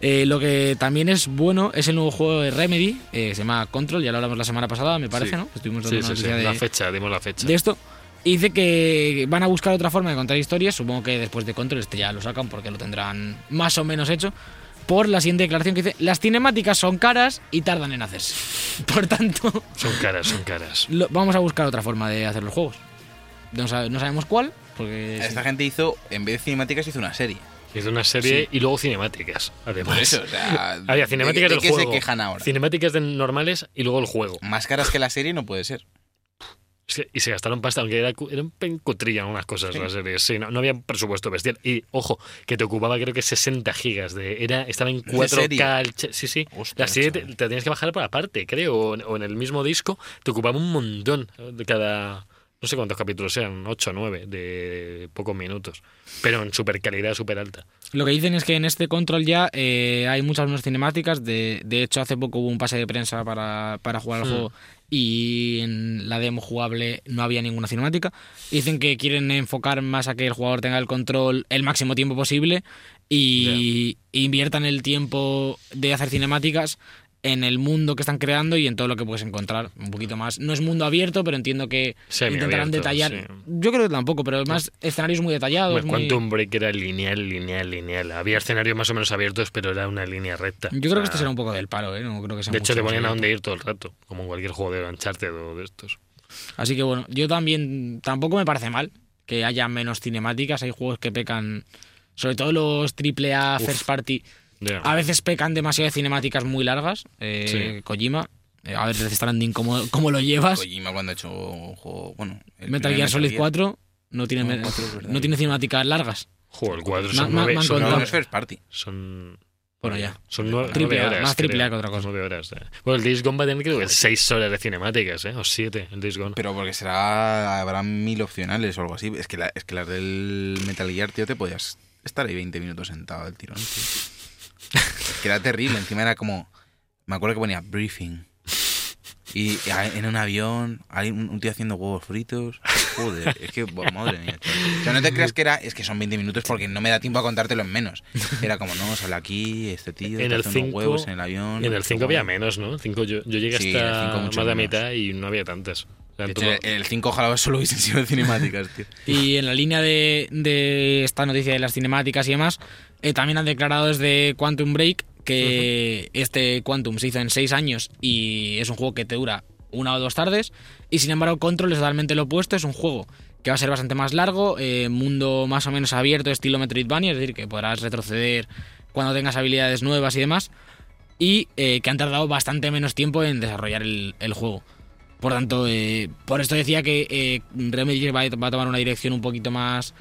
Eh, lo que también es bueno es el nuevo juego de Remedy, eh, se llama Control, ya lo hablamos la semana pasada, me parece,
Sí.
¿no? Estuvimos dando
Sí, sí,
una
sí.
noticia
La
de-
fecha, dimos la fecha.
de esto. Y dice que van a buscar otra forma de contar historias. Supongo que después de Control este ya lo sacan porque lo tendrán más o menos hecho. Por la siguiente declaración que dice: Las cinemáticas son caras y tardan en hacerse. Por tanto,
Son caras, son caras.
lo- vamos a buscar otra forma de hacer los juegos. No, sabe- no sabemos cuál, porque.
Esta gente hizo, en vez de cinemáticas, hizo una serie.
Es de una serie y luego cinemáticas, además.
Por eso, o sea.
Ah, Había
¿de-
cinemáticas
de,
del
qué
juego.
se quejan ahora?
Cinemáticas de normales y luego el juego.
Más caras que la serie no puede ser.
Es que- Y se gastaron pasta, aunque era, cu- era un pencotrilla en unas cosas la serie. Sí, no, no había presupuesto bestial. Y ojo, que te ocupaba creo que 60 gigas. De, era, estaba en
serie?
4K. el che- Sí, sí.
Hostia,
la serie te,
chaval.
te la tenías que bajar por aparte, creo. O en, o en el mismo disco. Te ocupaba un montón de cada. No sé cuántos capítulos eran, 8 o 9, de pocos minutos. Pero en super calidad, super alta.
Lo que dicen es que en este control ya eh, hay muchas menos cinemáticas. De, de hecho, hace poco hubo un pase de prensa para, para jugar al
Hmm.
juego y en la demo jugable no había ninguna cinemática. Dicen que quieren enfocar más a que el jugador tenga el control el máximo tiempo posible y inviertan el tiempo de hacer cinemáticas en el mundo que están creando y en todo lo que puedes encontrar un poquito más. No es mundo abierto, pero entiendo que
Semiabierto,
intentarán detallar.
sí.
Yo creo que tampoco, pero además escenarios muy detallados.
Hombre,
muy-
Quantum Break era lineal, lineal, lineal. Había escenarios más o menos abiertos, pero era una línea recta.
Yo creo que
O sea,
este
Ah.
será un poco del palo, ¿eh? No creo que sea
De hecho,
mucho
te
más
ponían a
abierto.
dónde ir todo el rato, como en cualquier juego de Uncharted o de estos.
Así que bueno, yo también. Tampoco me parece mal que haya menos cinemáticas. Hay juegos que pecan. Sobre todo los AAA
Uf.
First Party.
Ya.
A veces pecan demasiado de cinemáticas muy largas. Eh,
Sí.
Kojima. eh, a ver, Death Stranding, ¿cómo, cómo lo
Ah,
llevas?
Kojima cuando ha hecho un juego. Bueno. el
Metal
primer
Gear Solid
Gear.
4 no tiene,
No,
me-
cuatro, es verdad.
no tiene cinemáticas largas.
Juego, el cuadro
Ma-
son
ma-
nueve.
me han
son
No, no
nueve-
es first party.
Son.
Bueno, ya.
Son nueve,
Triple
nueve
A,
horas.
más triple A
creo.
que otra cosa.
Nueve horas. eh. Bueno, el Days Gone va a tener creo que seis horas de cinemáticas, ¿eh? O siete, el Days Gone.
Pero porque será. Habrá mil opcionales o algo así. Es que, la- es que las del Metal Gear, tío, te podías estar ahí 20 minutos sentado del tirón. tío. que era terrible. Encima era como. Me acuerdo que ponía briefing. Y a- en un avión, hay un un tío haciendo huevos fritos. Joder, es que, bo- madre mía. tío. O sea, no te creas que era, es que son 20 minutos porque no me da tiempo a contártelo en menos. Era como, no, sale aquí, este tío,
En
está
el
haciendo
cinco-
huevos en el avión.
en el 5 había
menos.
menos, ¿no? El cinco, yo, yo llegué
Sí, en el
hasta
cinco
más
mucho
de la
menos.
mitad y no había tantas. O sea,
De hecho,
todo-
eh,
en el 5 ojalá solo hubiesen sido cinemáticas, tío.
Y en la línea de, de esta noticia de las cinemáticas y demás, eh, también han declarado desde Quantum Break que este Quantum se hizo en seis años y es un juego que te dura una o dos tardes. Y sin embargo, Control es totalmente lo opuesto, es un juego que va a ser bastante más largo, eh, mundo más o menos abierto, estilo Metroidvania, es decir, que podrás retroceder cuando tengas habilidades nuevas y demás. Y eh, que han tardado bastante menos tiempo en desarrollar el, el juego. Por tanto, eh, por esto decía que eh, Remedy va, a- va a tomar una dirección un poquito más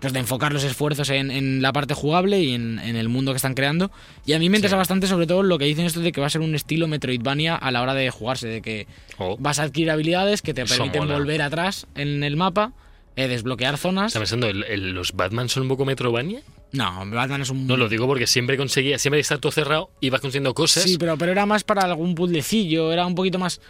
pues, de enfocar los esfuerzos en, en la parte jugable y en, en el mundo que están creando. Y a mí me interesa bastante, sobre todo, lo que dicen esto de que va a ser un estilo Metroidvania a la hora de jugarse, de que
Oh.
vas a adquirir habilidades que te
Eso
permiten
mola.
volver atrás en el mapa, eh, desbloquear zonas.
Está pensando, ¿el- el- ¿los Batman son un poco Metrovania?
No, Batman es un...
No lo digo porque siempre conseguía, siempre estar todo cerrado, ibas consiguiendo cosas.
Sí, pero, pero era más para algún puzzlecillo, era un poquito más...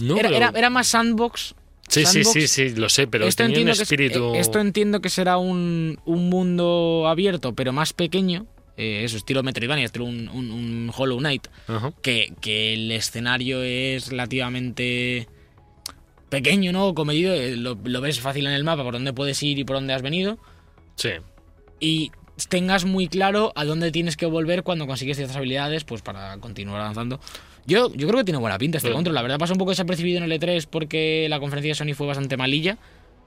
No,
era,
pero-
era- era más sandbox.
sí, sí,
sandbox.
sí, sí, lo sé, pero
esto,
tenía un
entiendo que es-
espíritu.
eh, esto entiendo que será un, un mundo abierto, pero más pequeño. eh, eso, estilo Metroidvania, estilo un, un- un Hollow Knight.
Ajá.
Que, que el escenario es relativamente pequeño, ¿no? Comedido. eh, Lo, lo ves fácil en el mapa, por dónde puedes ir y por dónde has venido.
Sí.
Y tengas muy claro a dónde tienes que volver cuando consigues ciertas habilidades, pues para continuar avanzando. Yo, yo creo que tiene buena pinta este
Sí.
control. La verdad pasa un poco desapercibido en el E3 porque la conferencia de Sony fue bastante malilla.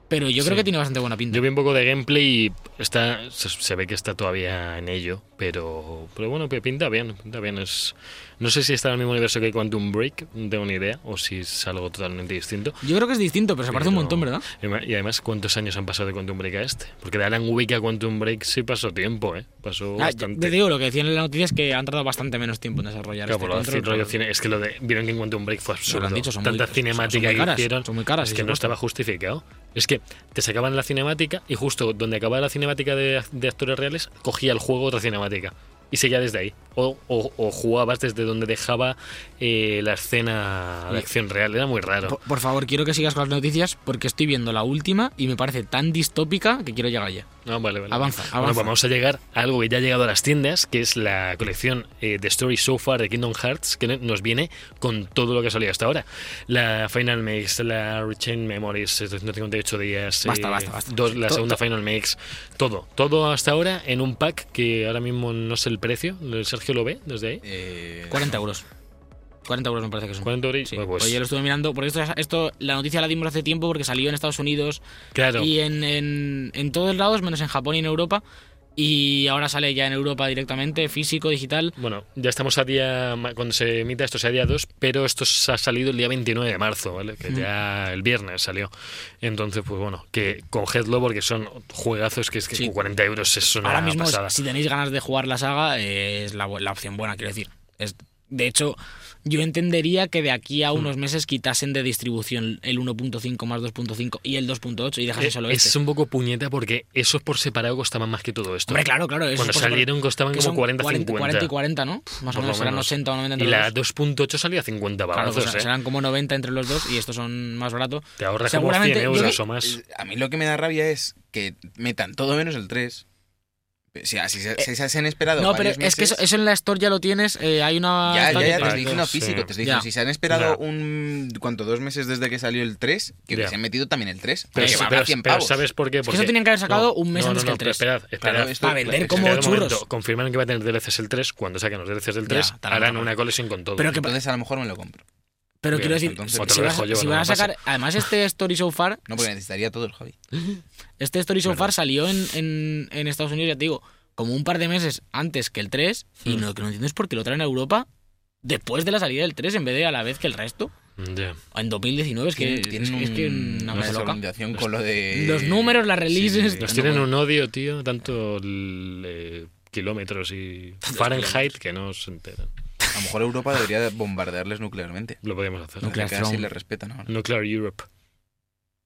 Pero yo creo
Sí.
que tiene bastante buena pinta.
Yo vi un poco de gameplay y está, se, se ve que está todavía en ello, pero, pero bueno, que pinta bien, pinta bien. Es, no sé si está en el mismo universo que Quantum Break, no tengo ni idea, o si es algo totalmente distinto.
Yo creo que es distinto, pero se parece
pero-
un montón, ¿verdad?
Y además- Y además, ¿cuántos años han pasado de Quantum Break a este? Porque de Alan Wake a Quantum Break sí pasó tiempo, ¿eh? Pasó
Ah,
bastante.
te digo, lo que decían en la noticia es que han tardado bastante menos tiempo en desarrollar
Claro,
este
por lo
control,
del rollo
pero-
cine- es que lo de, vieron que en cuanto a un break fue
lo
absurdo.
han dicho, son muy-
Tanta
son- son
cinemática
muy caras,
que hicieron
son muy caras,
es
sí,
que no
supuesto.
estaba justificado. Es que te sacaban la cinemática y justo donde acababa la cinemática de, de actores reales, cogía el juego otra cinemática. Y seguía desde ahí. O, o- o jugabas desde donde dejaba eh, la escena de acción real. Era muy raro.
Por, por favor, quiero que sigas con las noticias porque estoy viendo la última y me parece tan distópica que quiero llegar allá.
No, Ah, vale, vale.
Avanza,
Bueno,
avanza.
pues vamos a llegar a algo que ya ha llegado a las tiendas, que es la colección eh, The Story So Far de Kingdom Hearts, que nos viene con todo lo que ha salido hasta ahora. La Final Mix, la Rechain Memories, eh, 358 días, eh,
Basta, basta, basta.
dos- la
To-
segunda Final Mix, todo. Todo hasta ahora en un pack que ahora mismo no sé el precio, Sergio lo ve desde
Mm,
ahí.
Eh,
40 euros. 40 euros me parece que son.
40 euros.
Sí,
Bueno, pues,
pues yo lo estuve mirando, porque esto, esto, la noticia la dimos hace tiempo porque salió en Estados Unidos
claro.
y en, en, en todos lados, menos en Japón y en Europa. Y ahora sale ya en Europa directamente, físico, digital.
Bueno, ya estamos a día, ma- cuando se emita esto sea día 2, pero esto s- ha salido el día 29 de marzo, ¿vale? Que ya el viernes salió. Entonces, pues bueno, que cogedlo porque son juegazos que es que
Sí.
con 40 euros es una
ahora mismo,
pasada.
si tenéis ganas de jugar la saga, eh, es la, bu- la opción buena, quiero decir. Es, de hecho, yo entendería que de aquí
Hmm.
a unos meses quitasen de distribución el 1.5 más 2.5 y el 2.8 y dejasen
Eh,
solo
es
este.
un poco puñeta porque esos por separado costaban más que todo esto.
Hombre, claro, claro. eso
Cuando
por supuesto.
salieron costaban
Que
como
son
40, 50.
40 y 40, ¿no? Más o
por lo
menos serán
menos.
80 o 90
y
entre los
la
dos.
2.8 salía 50
Claro,
balazos,
pues
¿eh?
serán como 90 entre los dos y estos son más baratos.
Te ahorras como 100
Seguramente yo
euros
que-
o más.
Eh, A mí lo que me da rabia es que metan todo menos el 3. O sea, si se, si se han esperado.
Eh, No, pero
varios
es que eso,
meses-
eso en la Store ya lo tienes. eh, hay una.
Ya, ya,
Store
ya,
que-
te estoy diciendo
sí.
físico, te estoy diciendo,
Ya.
si se han esperado
Ya.
un, ¿cuánto? Dos meses desde que salió el 3, que
Ya.
se han metido también el 3,
Pero,
pero
sí,
que va
pero-
a 100
pero
pavos.
¿sabes por qué?
que eso tenían que haber sacado un mes antes que el
pero
3.
Esperad, esperad.
Claro, esto-
Para vender
es
como
Espera un
churros.
momento, Confirman que va a tener DLCs el 3. Cuando saquen los DLCs del
Ya,
3,
tarán,
harán
tarán.
una colección con todo.
Pero que-
Entonces a lo mejor me lo compro.
Pero
Bien,
quiero decir,
entonces,
o te
si,
lo
vas,
dejo yo,
si
no
van
me
a sacar. Además, este Story So Far.
No, porque necesitaría todo el hobby.
Este Story So
Verdad.
Far salió en, en, en Estados Unidos, ya te digo, como un par de meses antes que el 3. Y
Hmm.
lo que no entiendo es por qué lo traen a Europa después de la salida del 3 en vez de a la vez que el resto.
Mm, Ya.
En 2019 es que.
Tienen- tienen
es, es que
un-
una
una
cosa loca.
desorganización con lo de...
Los números, las releases,
Nos
no,
tienen
bueno.
un odio, tío, tanto el, eh, kilómetros y Fahrenheit que no se enteran.
A lo mejor Europa debería bombardearles nuclearmente.
Lo podíamos hacer.
Nuclear
Porque así
Throne.
le respetan ahora.
Nuclear Europe.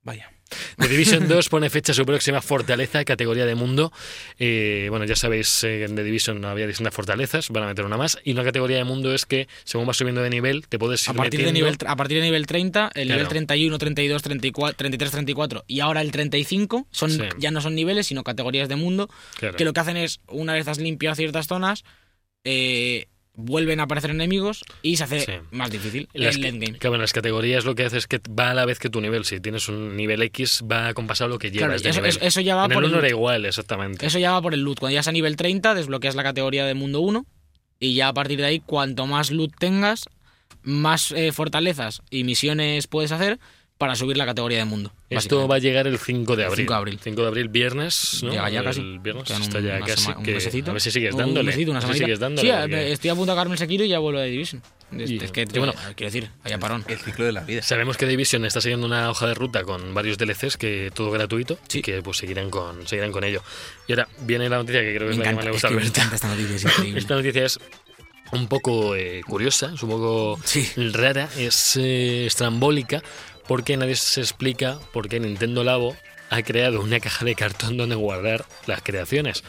Vaya.
The Division 2 pone fecha a su próxima fortaleza, categoría de mundo. Eh, bueno, ya sabéis eh, que en The Division no había distintas fortalezas, van a meter una más. Y una categoría de mundo es que, según vas subiendo de nivel, te puedes ir
A partir, de
metiendo-
nivel, a partir de nivel 30, el
Claro.
nivel 31, 32, 34, 33, 34 y ahora el 35 son,
Sí.
ya no son niveles, sino categorías de mundo,
Claro.
que lo que hacen es, una vez has limpiado ciertas zonas, eh, vuelven a aparecer enemigos y se hace
Sí.
más difícil
Las,
el
que-
endgame.
claro, en las categorías lo que hace es que va a la vez que tu nivel. Si tienes un nivel X, va compasado lo que
Claro,
llevas de
eso,
nivel.
eso- eso ya va
en el
por el,
uno era
loot.
igual, exactamente.
eso ya va por el loot. Cuando ya es a nivel 30, desbloqueas la categoría de mundo 1 y ya a partir de ahí, cuanto más loot tengas, más eh, fortalezas y misiones puedes hacer para subir la categoría de mundo.
Esto
básicamente.
va a llegar el 5 de abril.
5 de abril.
5 de abril, viernes, ¿no?
Llega ya
el
casi.
viernes
Quedan
está
un-
ya
una
casi.
sema- un
que-
mesecito.
a ver si sigues
Un
dándole.
mesecito, una
a ver si
semanita.
sigues dándole.
Sí,
porque-
eh, estoy apuntado a Carmen Sekiro y ya vuelvo a The Division. Es-
Y-
es que,
y bueno.
quiero decir, había parón.
El ciclo de la vida.
Sabemos que Division está siguiendo una hoja de ruta con varios DLCs, que todo gratuito, y
Sí.
que pues seguirán con, seguirán con ello. Y ahora viene la noticia que creo que es
Me
la que más
encanta,
le
es
gusta
que
a
me
Alberto.
encanta esta noticia, es increíble.
Esta noticia es un poco eh, curiosa, es un poco
Sí.
rara, es eh, estrambólica, porque nadie se explica por qué Nintendo Labo ha creado una caja de cartón donde guardar las creaciones.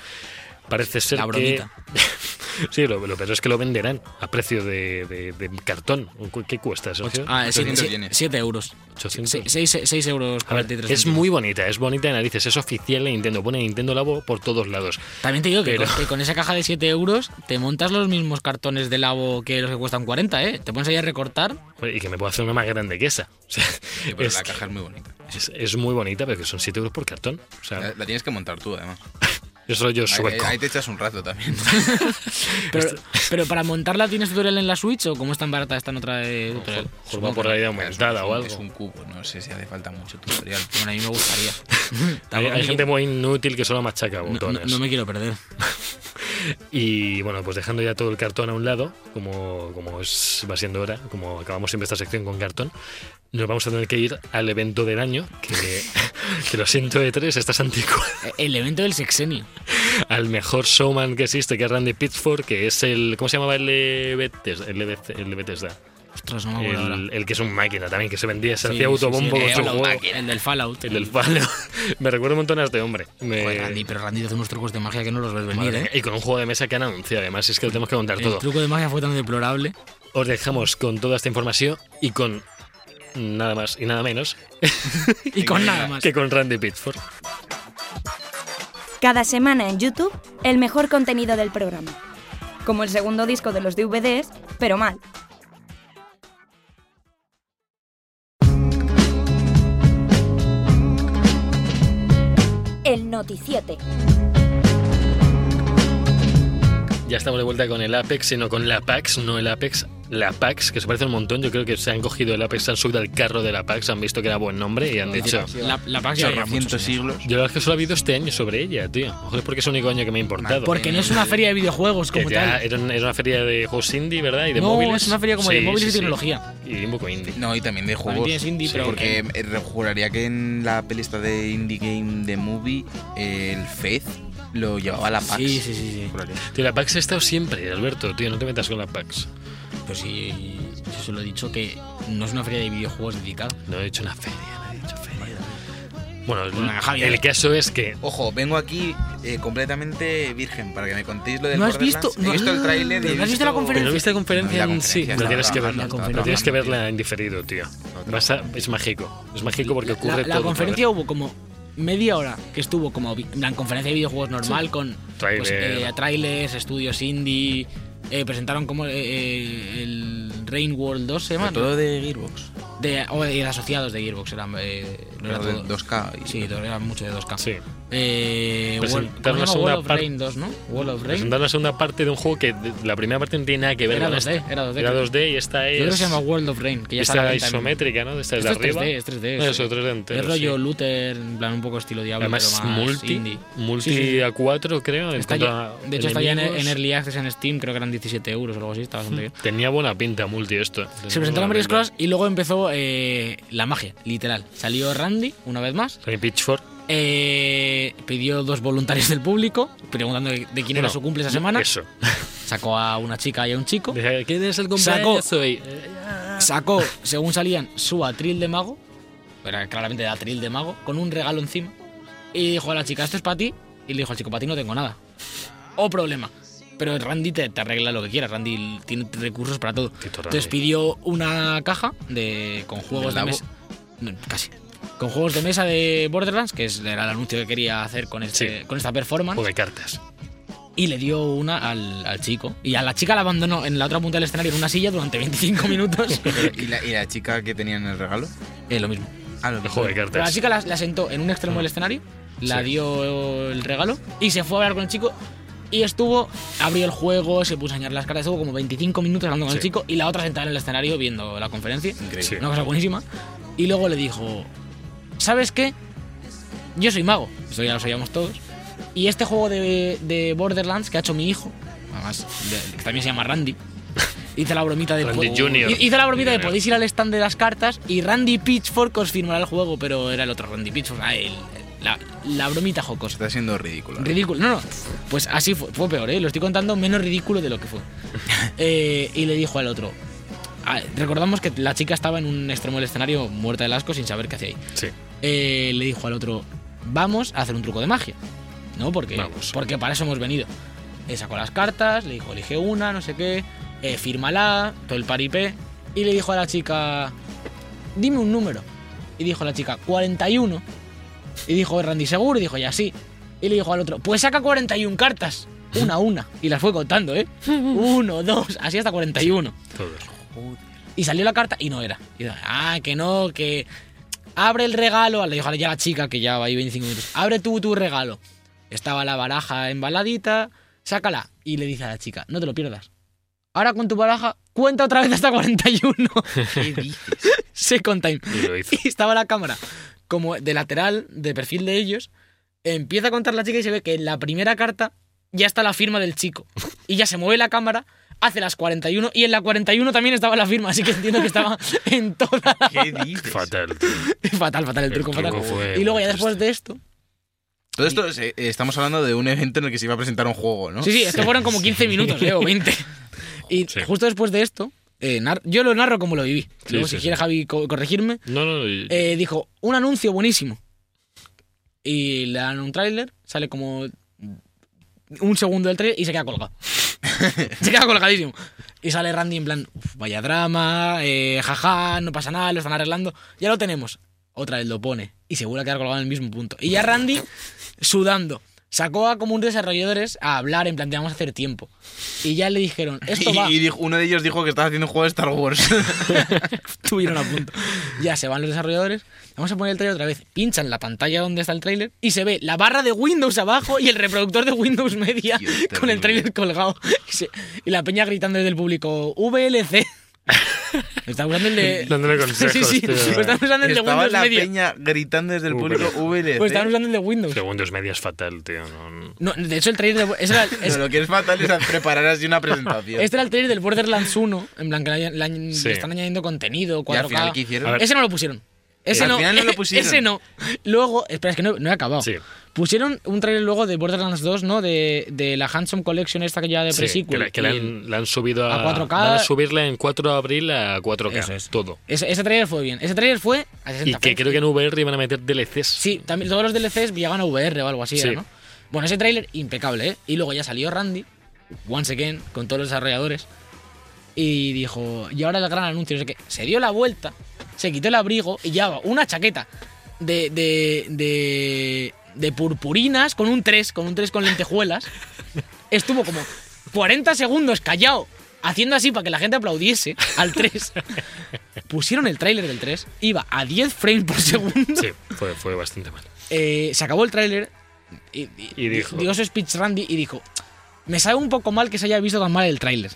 Parece ser
La
que.
bromita.
sí, lo, lo peor es que lo venderán a precio de, de- de cartón. ¿Cu- ¿Qué cuesta, Sergio?
Ah,
800
7,
yenes.
euros.
800.
6 euros.
A ver,
43
es
céntimos.
muy bonita, es bonita de narices, es oficial de Nintendo, pone Nintendo Labo por todos lados.
También te digo que,
Pero-
con, que con esa caja de 7 euros te montas los mismos cartones de labo que los que cuestan 40, ¿eh? Te pones ahí a recortar.
Y que me puedo hacer una más grande que esa. O sea,
Sí, pero
es,
la caja es muy bonita.
es- es muy bonita, pero que son 7 euros por cartón. O
La,
sea,
la tienes que montar tú, además.
es rollo
Ahí,
sueco.
ahí te echas un rato también.
Pero, pero para montarla, ¿tienes tutorial en la Switch o cómo es tan barata esta en otra de tutorial?
Por va por realidad aumentada
es
o
un-
algo.
Es un cubo, no sé si hace falta mucho tutorial.
Bueno, a mí me gustaría.
Hay,
Tampoco
hay
me
gente
quiero-
muy inútil que solo machaca
no- no-
botones.
no me quiero perder.
Y bueno, pues dejando ya todo el cartón a un lado, como, como es, va siendo hora, como acabamos siempre esta sección con cartón, nos vamos a tener que ir al evento del año, que, que lo siento de tres, estás anticuado.
El evento del sexenio.
al mejor showman que existe, que es Randy Pitchford, que es el. ¿Cómo se llamaba el de Bethesda? El de Beth- el de Bethesda.
Ostras, no me acuerdo ahora.
El, el que es un máquina también, que se vendía, se
Sí,
hacía
sí, sí,
autobombo
el,
con su
Fallout,
juego.
el del Fallout.
El del palo. Me recuerda un montón a este hombre. Me-
Joder, Randy, pero Randy hace unos trucos de magia que no los ves venir,
Madre mía,
¿eh?
Y con un juego de mesa que han anunciado, además, es que lo tenemos que contar
El
todo.
truco de magia fue tan deplorable.
Os dejamos con toda esta información y con nada más y nada menos
Y con nada más.
que con Randy Pitchford.
Cada semana en YouTube, el mejor contenido del programa. Como el segundo disco de los DVDs, pero mal. El Noticiete.
Ya estamos de vuelta con el Apex, sino con la PAX, no el Apex, la PAX, que se parece un montón. Yo creo que se han cogido el Apex, se han subido al carro de la PAX, han visto que era buen nombre y han
Pues
dicho.
La, la PAX ya lleva
800
muchos años.
siglos.
Yo la verdad es que solo ha habido este año sobre ella, tío. Ojo, es porque es el único año que me ha importado.
Porque no es una feria de videojuegos
Que
como
ya
tal.
era, una- era una feria de juegos indie, ¿verdad? Y de
No,
móviles.
es una feria como de móviles y tecnología.
Y un poco indie.
No, y también de juegos.
También tienes indie,
Sí,
pero
Porque eh, juraría que en la pelista de Indie Game de Movie, eh, el Fez lo llevaba a la PAX.
Sí, sí, sí, sí.
Juraría.
Tío, la PAX ha estado siempre, Alberto, tío, no te metas con la PAX.
Pues sí, yo se lo he dicho que no es una feria de videojuegos dedicada.
No he hecho una feria, no he dicho feria. Bueno,
Bueno, eh.
el,
Javier.
el caso es que.
Ojo, vengo aquí eh, completamente virgen para que me contéis lo del
¿No has
Borderlands.
visto?
He visto el tráiler.
¿No
he
has visto la
¿Pero
conferencia?
no viste la conferencia
No vi la
en sí?
conferencia,
No
estaba
tienes que verla.
trabajando, estaba
No tienes que
trabajando,
verla en diferido, tío. Vas a- es mágico. Es mágico porque
La,
ocurre
la
todo.
conferencia hubo como media hora que estuvo como vi- en plan conferencia de videojuegos normal con
Trailer.
pues, eh, trailers, estudios indie. eh, presentaron como eh, eh, el Rain World 2 se llama. ¿no?
Todo de Gearbox.
De, o de asociados de Gearbox eran. eh, no era
Pero de
todo.
2K. y-
Sí, todo- era mucho de 2K.
Sí. Pues
Eh, World-
Presentaron
¿cómo se
la
llama?
segunda
World of
parte.
Rain 2, ¿no? World of Rain.
Presentar la segunda parte de un juego que de- la primera parte no tiene nada que ver
Era
con
2D,
esta.
era 2D,
Era
creo.
2D y esta
Yo
es.
creo que se llama World of Rain, que ya
esta
está a la venta en-
isométrica, ¿no? Esta es
Esto
de
es 3D,
arriba.
es 3D.
No,
sí.
es otro 3D entero,
Es rollo
sí.
looter, en plan un poco estilo Diablo,
Además,
pero más
multi,
indie.
multi
Sí, sí.
a 4, creo. en
Está
cuanto
ya-
a
de hecho, está ya en,
enemigos.
en Early Access en Steam, creo que eran 17 euros o algo así, está bastante bien.
Tenía buena pinta multi esto.
Hmm. Se presentaron varias cosas y luego empezó eh, la magia, literal. Salió Randy, una vez más,
Ray Pitchford.
eh, pidió dos voluntarios del público, preguntando de, de quién era
Bueno,
su cumple esa semana.
Eso.
Sacó a una chica y a un chico.
Decía, ¿Quién es el
Sacó-
cumpleaños hoy? Eh,
Sacó, según salían, su atril de mago, era claramente de atril de mago, con un regalo encima. Y dijo a la chica, esto es para ti. Y le dijo al chico, para ti no tengo nada. O problema. Pero Randy te, te arregla lo que quieras. Randy tiene recursos para todo.
Tito Randy.
Entonces pidió una caja de, con juegos de
Labo?
mesa. no, casi. Con juegos de mesa de Borderlands, que es- era el anuncio que quería hacer con, este,
Sí. Pues
con esta performance.
Juego de cartas.
Y le dio una al, al chico. Y a la chica la abandonó en la otra punta del escenario en una silla durante 25 minutos.
Pero, ¿Y la, ¿Y la chica que tenía en el regalo?
Eh, lo mismo.
Ah, lo
El juego de
Pero la
cartas.
chica la, la sentó en un extremo del escenario, la
Sí.
dio el regalo y se fue a hablar con el chico. Y estuvo, abrió el juego, se puso a enseñar las caras, estuvo como 25 minutos hablando con el
Sí.
chico y la otra sentada en el escenario viendo la conferencia. Increíble.
Sí.
Una cosa buenísima. Y luego le dijo, ¿sabes qué? Yo soy mago, eso ya lo sabíamos todos. Y este juego de, de Borderlands que ha hecho mi hijo, además, de- que también se llama Randy, hice la bromita de...
Randy
po-
Junior.
Hice la bromita de
Junior.
podéis ir al stand de las cartas y Randy Pitchfork os firmará el juego, pero era el otro Randy Pitchfork. Ah, el- la, la bromita jocosa.
Está siendo ridículo. ¿no?
Ridículo. No, no. Pues así fue. Fue peor, ¿eh? Lo estoy contando menos ridículo de lo que fue. Eh, y le dijo al otro. ah, recordamos que la chica estaba en un extremo del escenario muerta del asco sin saber qué hacía ahí.
Sí.
Eh, le dijo al otro, vamos a hacer un truco de magia. ¿No? Porque,
Vamos.
porque para eso hemos venido. Eh, sacó las cartas, le dijo, elige una, no sé qué, eh, fírmala, todo el paripé. Y le dijo a la chica, dime un número. Y dijo la chica, 41. Y dijo Randy, seguro. Y dijo, ya sí. Y le dijo al otro, pues saca 41 cartas. Una a una. Y las fue contando, ¿eh? Uno, dos, así hasta 41.
Todos.
Y salió la carta y no era. Y era, ah, que no, que. Abre el regalo. Le dijo ya la chica que ya va ahí 25 minutos. Abre tú tu regalo. Estaba la baraja embaladita. Sácala. Y le dice a la chica, no te lo pierdas. Ahora con tu baraja, cuenta otra vez hasta 41.
¿Qué dices?
Second time.
Y lo hizo.
Y estaba la cámara como de lateral, de perfil de ellos. Empieza a contar la chica y se ve que en la primera carta ya está la firma del chico. Y ya se mueve la cámara, hace las 41 y en la 41 también estaba la firma. Así que entiendo que estaba en toda la...
¿Qué dices?
Fatal, tío.
Fatal, fatal, el
El
truco,
truco
fatal.
fue
Y luego ya
muy
después de esto...
Todo esto es- eh, estamos hablando de un evento en el que se iba a presentar un juego, ¿no?
Sí, sí, esto fueron como 15 minutos, eh, o 20. Y
Sí.
justo después de esto, eh, nar- yo lo narro como lo viví. Luego,
sí,
si
sí.
quiere Javi co- corregirme,
No, no, y-
eh, dijo, un anuncio buenísimo. Y le dan un tráiler, sale como un segundo del tráiler y se queda colgado. se queda colgadísimo. Y sale Randy en plan, "Uf, vaya drama, eh, jaja, no pasa nada, lo están arreglando. Ya lo tenemos. Otra vez lo pone y se vuelve a quedar colgado en el mismo punto. Y ya Randy, sudando, sacó a como unos desarrolladores a hablar en plan, "Te vamos a hacer tiempo. Y ya le dijeron, esto va...
Y, y dijo- uno de ellos dijo que estaba haciendo un juego de Star Wars.
estuvieron a punto. Ya se van los desarrolladores. Vamos a poner el trailer otra vez. Pinchan la pantalla donde está el trailer y se ve la barra de Windows abajo y el reproductor de Windows Media
Tío,
con
terrible.
el trailer colgado. Y, se- y la peña gritando desde el público: VLC. Está usando el de.
Dándole consejos,
Sí, sí.
tío.
Están usando el de
Estaba
Windows
la
Media.
peña gritando desde el
Uh,
público
pero-
VLC.
Pues están usando el de Windows.
Segundos media es fatal, tío. no- no.
No, de hecho, el trailer. De, ese era- es-
Pero lo que es fatal es preparar así una presentación.
este era el trailer del Borderlands 1. En plan, que le, añaden- le añaden-
Sí.
le están añadiendo contenido,
y
4K.
al final, ¿qué hicieron?
A ver.
Ese no lo pusieron. Ese
Al
no,
final no lo pusieron.
Ese no. Luego, espera, es que no, no he acabado.
Sí.
Pusieron un trailer luego de Borderlands 2, ¿no? De, de la Handsome Collection esta que ya de
Sí, que
pre-sequel.
la, que la
Y-
han, la han subido a,
a 4K.
Van a subirla en 4 de abril a 4K.
Eso es.
Todo.
ese, ese trailer fue bien. Ese trailer fue a 60
Y que
frames.
creo que en VR iban a meter DLCs.
Sí, también todos los DLCs llegan a VR o algo así,
Sí.
era, ¿no? Bueno, ese tráiler impecable, ¿eh? Y luego ya salió Randy, once again, con todos los desarrolladores, y dijo, y ahora el gran anuncio, no sé qué. Se dio la vuelta, se quitó el abrigo y llevaba una chaqueta de, de, de, de purpurinas con un 3, con un 3 con lentejuelas. Estuvo como 40 segundos callado, haciendo así para que la gente aplaudiese al 3. Pusieron el tráiler del 3, iba a 10 frames por segundo.
Sí, fue, fue bastante mal.
Eh, se acabó el tráiler y,
Y dijo-
dio su speech Randy y dijo, me sabe un poco mal que se haya visto tan mal el tráiler.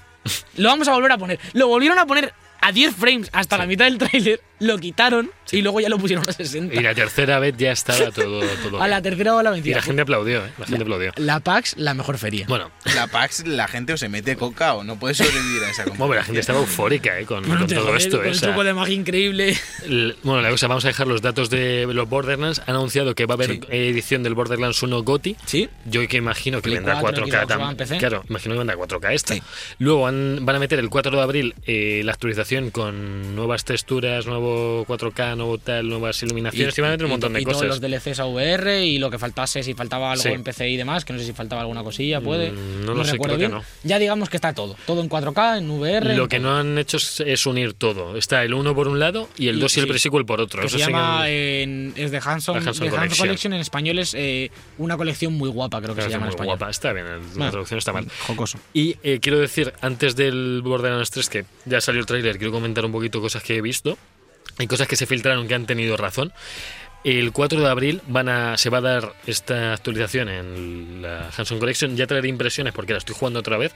Lo vamos a volver a poner. Lo volvieron a poner a 10 frames hasta la mitad del tráiler, lo quitaron y luego ya lo pusieron a 60.
Y la tercera vez ya estaba todo. todo
a la
bien.
tercera o a la
y
vencida.
la gente aplaudió, ¿eh? La gente aplaudió.
La PAX, la mejor feria.
Bueno,
La PAX, la gente o se mete coca o no puede sobrevivir a esa competencia.
bueno, la gente estaba eufórica ¿eh? con,
Bueno,
con
te
todo
joder,
esto.
con
¿eh? O
el
sea,
truco de magia increíble.
L- Bueno, la cosa, vamos a dejar los datos de los Borderlands. Han anunciado que va a haber
Sí.
eh, edición del Borderlands 1 GOTI.
Sí.
Yo que imagino que
Play
vendrá
4,
4K
Xbox One,
también.
PC.
Claro, imagino que vendrá 4K esta.
Sí.
Luego han- van a meter el 4 de abril eh, la actualización con nuevas texturas, nuevo 4K, nuevo tal, nuevas iluminaciones. Y, van a meter un
y-
montón de
y
cosas.
todos los DLCs a VR y lo que faltase, si faltaba algo
Sí.
en PC y demás, que no sé si faltaba alguna cosilla, puede.
Mm, no lo sé,
recuerdo
creo que
bien.
no.
Ya digamos que está todo. Todo en 4K, en VR.
Lo
en
que
todo.
no han hecho es, es unir todo. Está el 1 por un lado y el
Y-
2 y el
sí.
pre-sequel por otro.
que
Eso
se
sí que-
llama en- es de Hanson,
La Hanson
de Hanson
Collection.
Collection. en español es eh, una colección muy guapa creo que
Claro,
se
es
llama en
muy
español
guapa. Está bien, el- la
Bueno.
traducción está mal.
jocoso
Y eh, quiero decir, antes del Borderlands 3, que ya salió el tráiler, quiero comentar un poquito cosas que he visto y cosas que se filtraron que han tenido razón. El 4 de abril van a, se va a dar esta actualización en la Hanson Collection. Ya traeré impresiones porque la estoy jugando otra vez.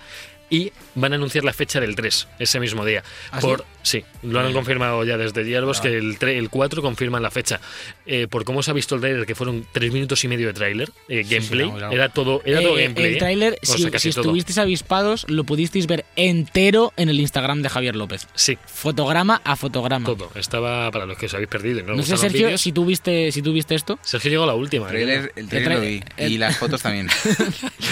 Y van a anunciar la fecha del 3, ese mismo día.
¿Ah,
por sí? lo han confirmado ya desde Dialbos, que el, tre- el 4 confirman la fecha. Eh, por cómo se ha visto el tráiler, que fueron 3 minutos y medio de tráiler, eh, gameplay,
muy largo.
era todo, era todo
Eh,
gameplay.
el
¿eh?
tráiler
O sea,
si,
casi
si
todo.
estuvisteis avispados lo pudisteis ver entero en el Instagram de Javier López
Sí,
fotograma a fotograma
Todo. Estaba para los que os habéis perdido. y No, os
Mm. no sé
gustaron
Sergio
vídeos.
si tú viste si tú viste esto
Sergio llegó a la última. ¿eh?
El trailer, el
El
trailer lo vi.
tráiler-
Y las fotos también.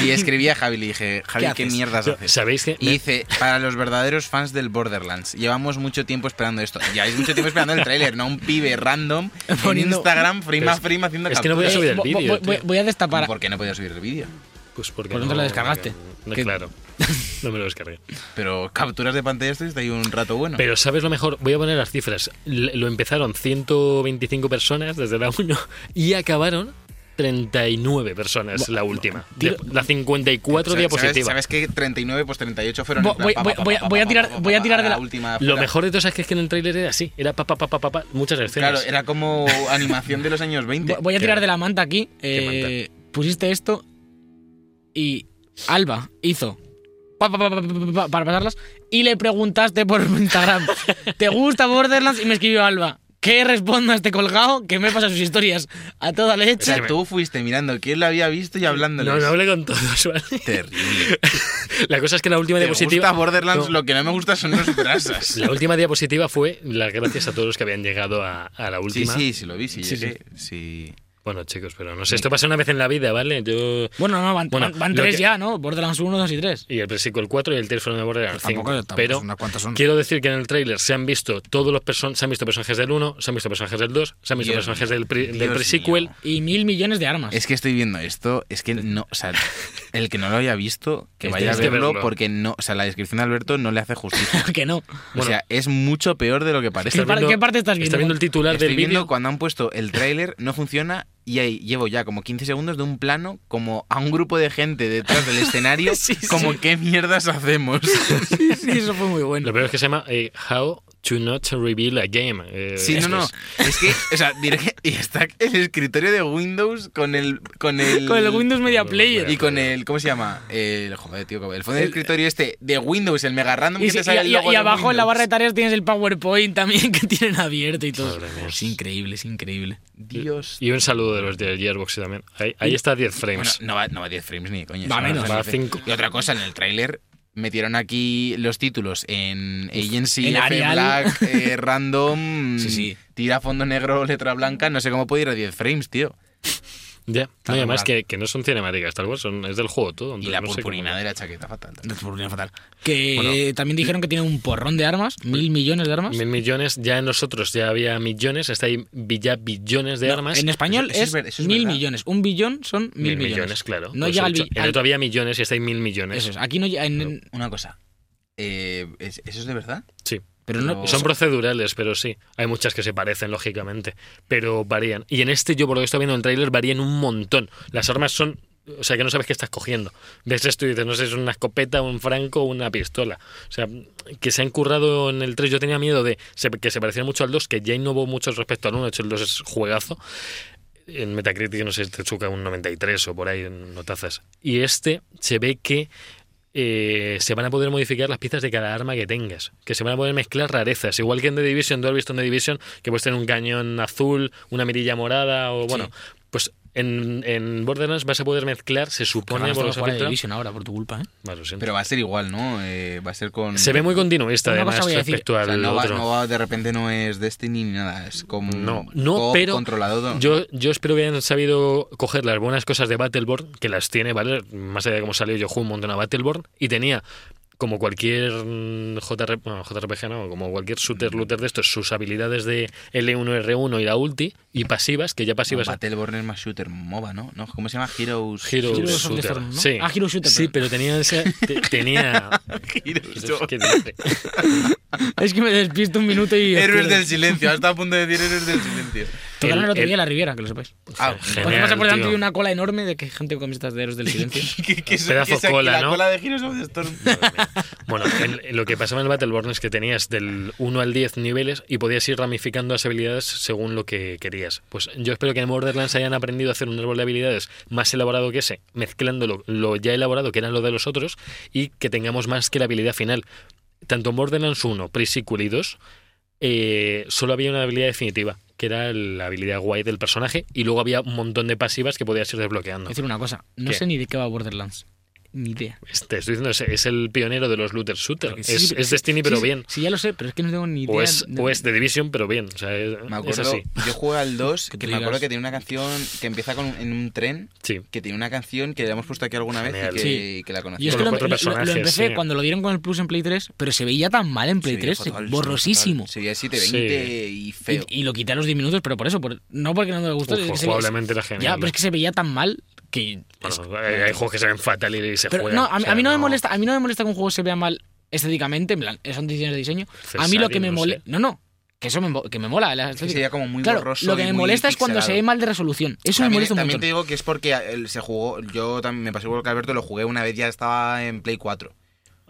Y escribí a Javi y le dije, Javi,
¿Qué
¿qué,
haces?
mierdas
Yo-
haces?
¿Sabéis que
Y dice, para los verdaderos fans del Borderlands, llevamos mucho tiempo esperando esto. Lleváis mucho tiempo esperando el tráiler, no un pibe random en
Poniendo-
Instagram, frame
Pero
a
es-
frame, haciendo
es que no
Eh,
voy a subir
capturas.
el
vo- vo-
vídeo,
voy- voy,
tío.
a destapar
¿Por qué no podía subir el vídeo?
Pues porque
Por dentro lo descargaste.
no,
Que-
claro. No me lo descargué.
Pero capturas de pantalla estuviste ahí un rato bueno.
Pero ¿sabes lo mejor? Voy a poner las cifras. L- Lo empezaron 125 personas desde la 1 y acabaron 39 personas la última.
tiro-
De- la 54
¿Sabes-
diapositiva.
¿Sabes, que 39 pues 38 fueron...
Voy-
en plan,
voy-
pa, pa, pa,
voy a-
pa, pa,
voy a
pa,
tirar-
pa, pa,
voy a
pa,
tirar de la-
última
Lo
fuera.
mejor de todo ¿sabes qué? es que en el tráiler era así. Era pa, pa, pa, pa, pa, pa, muchas escenas.
Claro, era como animación de los años 20.
Vo- Voy a
¿Qué?
tirar de la manta aquí.
¿Qué
Eh, pusiste esto y Alba hizo pa, pa, pa, pa, pa, pa, pa, para pasarlas y le preguntaste por Instagram, ¿te gusta Borderlands? Y me escribió Alba. ¿Qué respondo a este colgado que me pasa sus historias a toda
O
leche?
sea, tú fuiste mirando quién lo había visto y hablándoles.
No, no hablé con todos, ¿vale?
Terrible.
La cosa es que la última
Me
diapositiva.
gusta Borderlands,
No.
lo que no me gusta son los grasas.
La última diapositiva fue las gracias a todos los que habían llegado a, a la
Sí,
última.
sí, sí, lo vi, sí,
Sí,
sí, sí.
Bueno, chicos, pero no sé, esto pasa una vez en la vida, ¿vale? Yo...
Bueno, no, van,
Bueno,
van- van
lo
tres
que-
ya, ¿no? Borderlands 1, 2 y 3.
Y el Presico el 4 y el Tales from the Borderlands
Tampoco-
5.
tampoco
Pero
son unas cuantas son.
quiero decir que en el tráiler se han visto todos los person se han visto personajes del 1, se han visto personajes del 2, se han visto
Dios
personajes
mío.
del, pre- del
Dios
pre-sequel.
mío.
Y mil millones de armas.
Es que estoy viendo esto, es que no, o sea, el que no lo haya visto, que
Es-
vaya a
tienes que
verlo,
verlo.
porque no, o sea, la descripción de Alberto no le hace justicia.
que no.
o sea, es mucho peor de lo que parece.
¿Qué par- qué parte estás viendo?
Está viendo el titular
Estoy
del
viendo
vídeo.
cuando han puesto el tráiler, no funciona y ahí llevo ya como 15 segundos de un plano como a un grupo de gente detrás del escenario,
Sí, sí.
como qué mierdas hacemos.
sí, sí, eso fue muy bueno.
Lo peor es que se llama eh, How to Not Reveal a Game. Eh,
Sí, no,
esto
no.
es-
Es que, o sea, diré- y está el escritorio de Windows con el con el
Con el Windows Media
Lo-
Player.
y con el ¿cómo se llama? El joder, tío, pues, el fondo de escritorio este de Windows, el mega random
Y,
que
sí,
te sale
y-
el
y-
logo
y
de
abajo en la
Windows.
barra de tareas tienes el PowerPoint también que tienen abierto y todo.
Madre mía.
Es increíble, es increíble.
Pues Dios.
Y un saludo de los de Gearbox también. Ahí, ahí está 10
Bueno,
frames.
no va no va 10 frames ni de coña.
Va
eso no
menos.
Va a
frames.
cinco.
Y otra cosa en el tráiler metieron aquí los títulos en Agency
En
F
Arial.
Black eh, random
Sí, sí.
tira fondo negro letra blanca, no sé cómo puede ir a 10 frames, tío.
Ya. No, y además
mal.
que, que no son cinemáticas, tal cual, son, es del juego todo.
Y la
no sé
purpurina
cómo-
de la chaqueta fatal.
No te pondría fatal. Que
Bueno.
también dijeron que tiene un porrón de armas, mil millones de armas.
Mil millones, ya en nosotros ya había millones, está ahí bi- ya billones de
No,
armas.
En
Eso-
español
eso
es,
es ver- eso es
mil
verdad.
millones. Un billón son mil, millones.
claro.
No
Pues
llega al
ocho-
bi-
en
al-
otro había millones y está ahí mil millones.
Eso es. Aquí no llega. en- en-
Una cosa. eh, ¿es- ¿Eso es de verdad?
Sí.
pero no.
Son procedurales, pero sí. Hay muchas que se parecen, lógicamente, pero varían. Y en este, yo por lo que estoy viendo en el tráiler, varían un montón. Las armas son... O sea, que no sabes qué estás cogiendo. Ves esto y dices, no sé, es una escopeta, un franco, una pistola. O sea, que se han currado en el 3. Yo tenía miedo de se- que se pareciera mucho al 2, que ya innovó mucho respecto al 1. De hecho, el 2 es juegazo. En Metacritic, no sé, te chuca un 93 o por ahí, en notazas. Y este se ve que eh, se van a poder modificar las piezas de cada arma que tengas, que se van a poder mezclar rarezas, igual que en The Division, tú has visto en The Division que puedes tener un cañón azul, una mirilla morada o bueno, pues en, en Borderlands vas a poder mezclar, se supone, por
por
los efectos.
Division ahora por tu culpa, ¿eh?
Más lo siento.
Pero va a ser igual, ¿no? Eh, va a ser con...
se ve muy continuista
Una cosa
además
voy a decir,
respecto
O sea,
al
no va,
otro.
no va- de repente no es Destiny ni nada, es como
No,
un
no,
co-
pero
controlado.
Yo, yo espero que hayan sabido coger las buenas cosas de Battleborn, que las tiene, ¿vale? Más allá de cómo salió, yo jugué un montón a Battleborn y tenía, como cualquier mm, JR bueno, JRPG, no, como cualquier
Mm.
shooter looter de estos, sus habilidades de L1, R1 y la ulti y pasivas, que ya pasivas.
Battleborn es más shooter MOBA, ¿no? ¿no? ¿Cómo se llama? Heroes...
Hero
Heroes of the
Shooter.
Storm, ¿no?
sí.
Ah, Hero Shooter,
Sí,
perdón.
pero tenía. esa- te- tenía pues
Heroes
es
of-
que dice-
Es que me despierto un minuto y.
Héroes del silencio, hasta a punto de decir héroes del silencio.
Tocaron
el-
el otro
el-
día en la Riviera, que lo sepáis. Pues
Ah,
Porque pasa por
Genial,
delante
tío.
de una cola enorme de que gente con camisetas de Héroes del Silencio.
que, que,
Pedazo
que es aquí
cola,
la
¿no?
cola de Heroes of the Storm.
Bueno, en- en lo que pasaba en el Battleborn es que tenías del 1 al 10 niveles y podías ir ramificando las habilidades según lo que querías. Pues yo espero que en Borderlands hayan aprendido a hacer un árbol de habilidades más elaborado que ese, mezclando lo, lo ya elaborado que eran lo de los otros y que tengamos más que la habilidad final. Tanto en Borderlands 1, pre-sequel y 2, eh, solo había una habilidad definitiva, que era la habilidad guay del personaje, y luego había un montón de pasivas que podías ir desbloqueando.
decir una cosa. No
¿Qué?
sé ni de qué va Borderlands. Ni idea.
Te estoy diciendo, es, es el pionero de los looter shooter.
Porque sí,
es
sí,
es
sí,
Destiny,
sí,
pero
sí,
bien. Pues,
Sí, ya lo sé, pero es que no tengo ni idea.
O es,
de-
o es The Division, pero bien. O sea, es,
Me
es
acuerdo,
así.
yo jugué al 2,
Que
que,
tú
me acuerdo
digas.
que tenía una canción que empieza con un- en un tren,
Sí.
que tiene una canción que la hemos puesto aquí alguna vez
Genial.
y que,
Sí.
y que la conocí.
Yo es
Con los
que lo,
cuatro
lo- lo-
personajes,
lo empecé
sí.
cuando lo dieron con el Plus en Play 3, pero se veía tan mal en Play 3, borrosísimo.
Se veía 720 y feo.
Y, y lo quité a los 10 minutos, pero por eso, por- no porque no me gustó. es
Ojo,
que se ve-
jugablemente era
ya,
genial.
pero es que se veía tan mal que. es-
Bueno, hay hay juegos que se ven fatal y se
pero
juegan.
no, a, mí-
o sea,
a mí no, me molesta, a mí no me molesta que un juego se vea mal estéticamente, en plan, son decisiones de diseño. a mí lo que
Cesario,
me
no
molesta.
sé.
No, no, que eso me, mo- que me mola. la
Es que
estética.
sería como muy
claro,
borroso.
lo que
y
me
muy
molesta es cuando se ve
pixelado.
mal de resolución. Eso me
también,
molesta un
también
montón.
te digo que es porque él se jugó. Yo también me pasó igual que Alberto, lo jugué una vez, ya estaba en Play 4.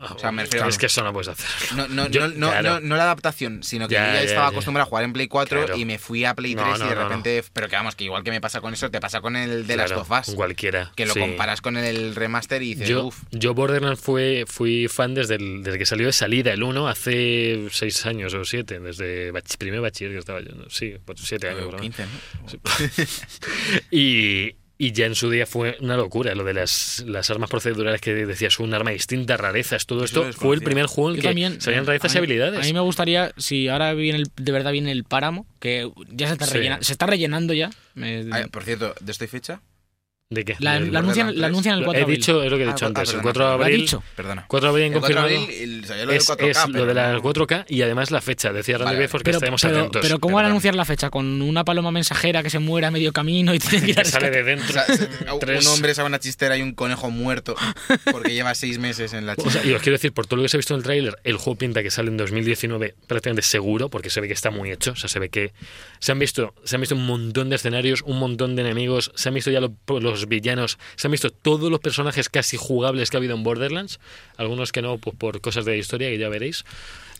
Ah,
O sea, me refiero-
Es que eso no puedes hacer.
No, no,
Yo-
no, no,
claro.
no, no la adaptación, sino que
Ya,
yo ya
ya,
estaba
ya.
acostumbrado a jugar en Play 4
Claro.
y me fui a Play
No,
3
no,
y de
no, no.
repente. Pero que vamos, que igual que me pasa con eso, te pasa con el de
Claro,
las Tofas.
con Cualquiera.
Que lo
sí.
comparas con el remaster y dices,
Yo,
uff.
yo Borderlands fue, fui fan desde, el- desde que salió de salida el 1 hace 6 años o 7, desde bach- pues
eh,
primer bachiller que estaba yo. ¿no? Sí, 7 años. por lo menos. Sí. Y, Y ya en su día fue una locura lo de las, las armas procedurales que decías, un arma distinta, rarezas, todo
Eso
esto.
es
Fue el
conocido.
primer juego en
Yo
que
también,
salían
eh,
rarezas
a
y
mí-
habilidades.
A mí me gustaría, si ahora viene el- de verdad viene el páramo, que ya se está,
Sí.
rellena- se está rellenando ya. me-
Ah, por cierto, ¿de esta fecha?
¿De qué?
la,
Del-
la anuncian,
Borderlands
la
tres.
anuncian el 4
he
de abril.
dicho, es lo que he
Ah,
dicho
ah,
antes, el
perdona,
4 de
¿Lo ha
abril.
dicho?
Perdona.
4 de abril han
El 4 de
confirmado.
abril, el- salió lo del
es,
4K,
es lo
pero
de la
no-
4K y además la fecha. Decía Randy
Vale,
Bieff porque
Pero,
estaremos
pero-
atentos.
pero ¿cómo van a
Perdón.
anunciar la fecha? ¿Con una paloma mensajera que se muera a medio camino y tiene que ir a
Que sale
rescatar?
de dentro.
O sea, se-
Tres.
un hombre sabe una chistera y un conejo muerto porque lleva seis meses en la
O sea,
chistera.
y os quiero decir, por todo lo que se ha visto en el tráiler, el juego pinta que sale en 2019 prácticamente seguro, porque se ve que está muy hecho. O sea, se ve que se han visto, se han visto un montón de escenarios, un montón de enemigos, se han visto ya lo- los villanos, se han visto todos los personajes casi jugables que ha habido en Borderlands. Algunos que no, pues por cosas de historia que ya veréis.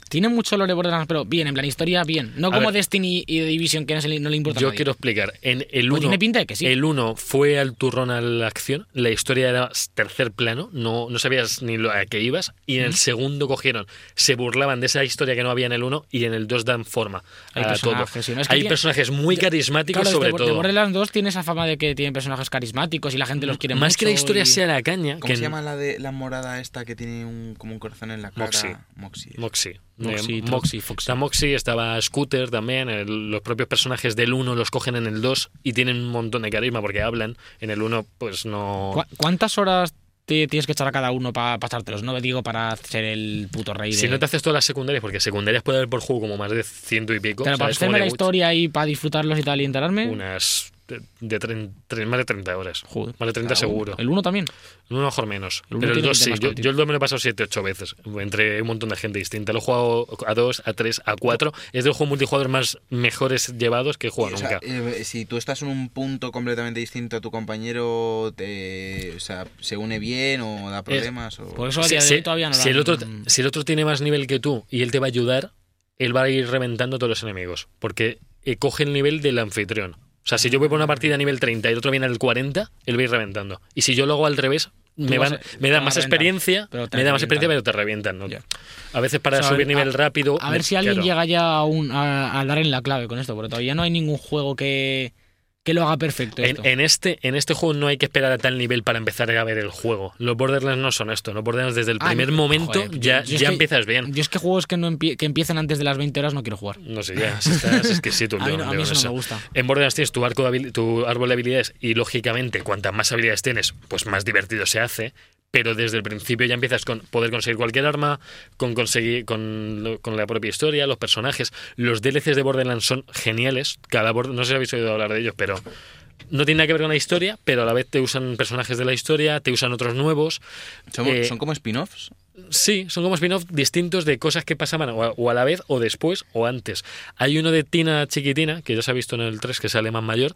Tiene mucho lore Borderlands, pero bien, en plan historia, bien. No
A
como
ver.
Destiny y The Division, que no, se le, no le importa a
Yo
nadie.
quiero explicar. En el 1
Pues tiene pinta de que sí.
el uno fue al turrón a la acción, la historia era tercer plano, no, no sabías ni lo- a qué ibas, y en el segundo cogieron, se burlaban de esa historia que no había en el 1 y en el 2 dan forma
Hay
a
personajes,
todo.
sí, no, es que
Hay
tiene-
personajes muy carismáticos
Claro, es de
sobre
Bor- de
todo.
Borderlands 2 tiene esa fama de que tiene personajes carismáticos y la gente los quiere
Más
mucho
que la historia
y-
sea la caña,
¿Cómo
que
se llama la de la morada esta que tiene un, como un corazón en la cara?
Moxie.
Moxie.
Moxie.
Moxie,
Eh,
Troxie,
Mox-
Foxie.
Está Moxie, estaba Scooter también. el- los propios personajes del 1 los cogen en el 2 y tienen un montón de carisma porque hablan. En el 1, pues no.
¿Cu- ¿Cuántas horas te tienes que echar a cada uno para pasártelos? No digo para ser el puto rey.
Si
de-
no te haces todas las secundarias, porque secundarias puede haber por juego como más de ciento y pico.
Claro, para
¿sabes? Como de
hacerme la
mucho-
historia ¿eh? y para disfrutarlos y tal y enterarme.
Unas de, de tren- tre- más de 30 horas.
Joder,
más de 30
cada uno.
seguro.
El uno también.
Uno mejor menos.
El uno
pero el
tiene
2
pinta
sí.
más
Yo,
cortito.
yo el 2 me lo he pasado 7, 8 veces. Entre un montón de gente distinta. Lo he jugado a 2, a 3, a 4. Es de los juegos multijugador más mejores llevados que he jugado
O sea,
nunca.
eh, si tú estás en un punto completamente distinto a tu compañero, te, o sea, ¿se une bien o da problemas? o...
Por eso a
Si-
día de
si-
hoy todavía no Mm. lo
si el
han-
otro, si el otro tiene más nivel que tú y él te va a ayudar, él va a ir reventando a todos los enemigos. Porque eh, coge el nivel del anfitrión. O sea, si yo voy por una partida a nivel 30 y el otro viene al 40, él va a ir reventando. Y si yo lo hago al revés, me,
vas
van-
a-
me
te
da
van a
más
reventar,
experiencia, me
pero te
da más
revientan.
experiencia, pero te revientan. ¿no?
Ya.
A veces para
O sea,
subir
a-
nivel rápido.
A ver si alguien
claro.
llega ya a, un, a, a dar en la clave con esto, porque todavía no hay ningún juego que, que lo haga perfecto. esto.
En, en este, en este juego no hay que esperar a tal nivel para empezar a ver el juego. Los Borderlands no son esto. Los Borderlands desde el
Ah,
primer
no,
momento
joder,
ya,
yo es
ya
que-
empiezas bien.
Yo es que juegos que, no empie- que empiecen antes de las 20 horas no quiero jugar.
No sé, ya, si estás exquisito.
A mí,
yo
no- a
digo
mí eso no
eso.
me gusta.
En Borderlands tienes tu, arco de habili- tu árbol de habilidades y, lógicamente, cuantas más habilidades tienes, pues más divertido se hace. Pero desde el principio ya empiezas con poder conseguir cualquier arma, con conseguir con, lo- con la propia historia, los personajes. Los DLCs de Borderlands son geniales. Cada bord- no sé si habéis oído hablar de ellos, pero no tiene nada que ver con la historia, pero a la vez te usan personajes de la historia, te usan otros nuevos.
¿Son,
eh,
son como spin-offs?
Sí, son como spin-off distintos de cosas que pasaban o a, o a la vez o después o antes. Hay uno de Tina Chiquitina, que ya se ha visto en el 3, que sale más mayor,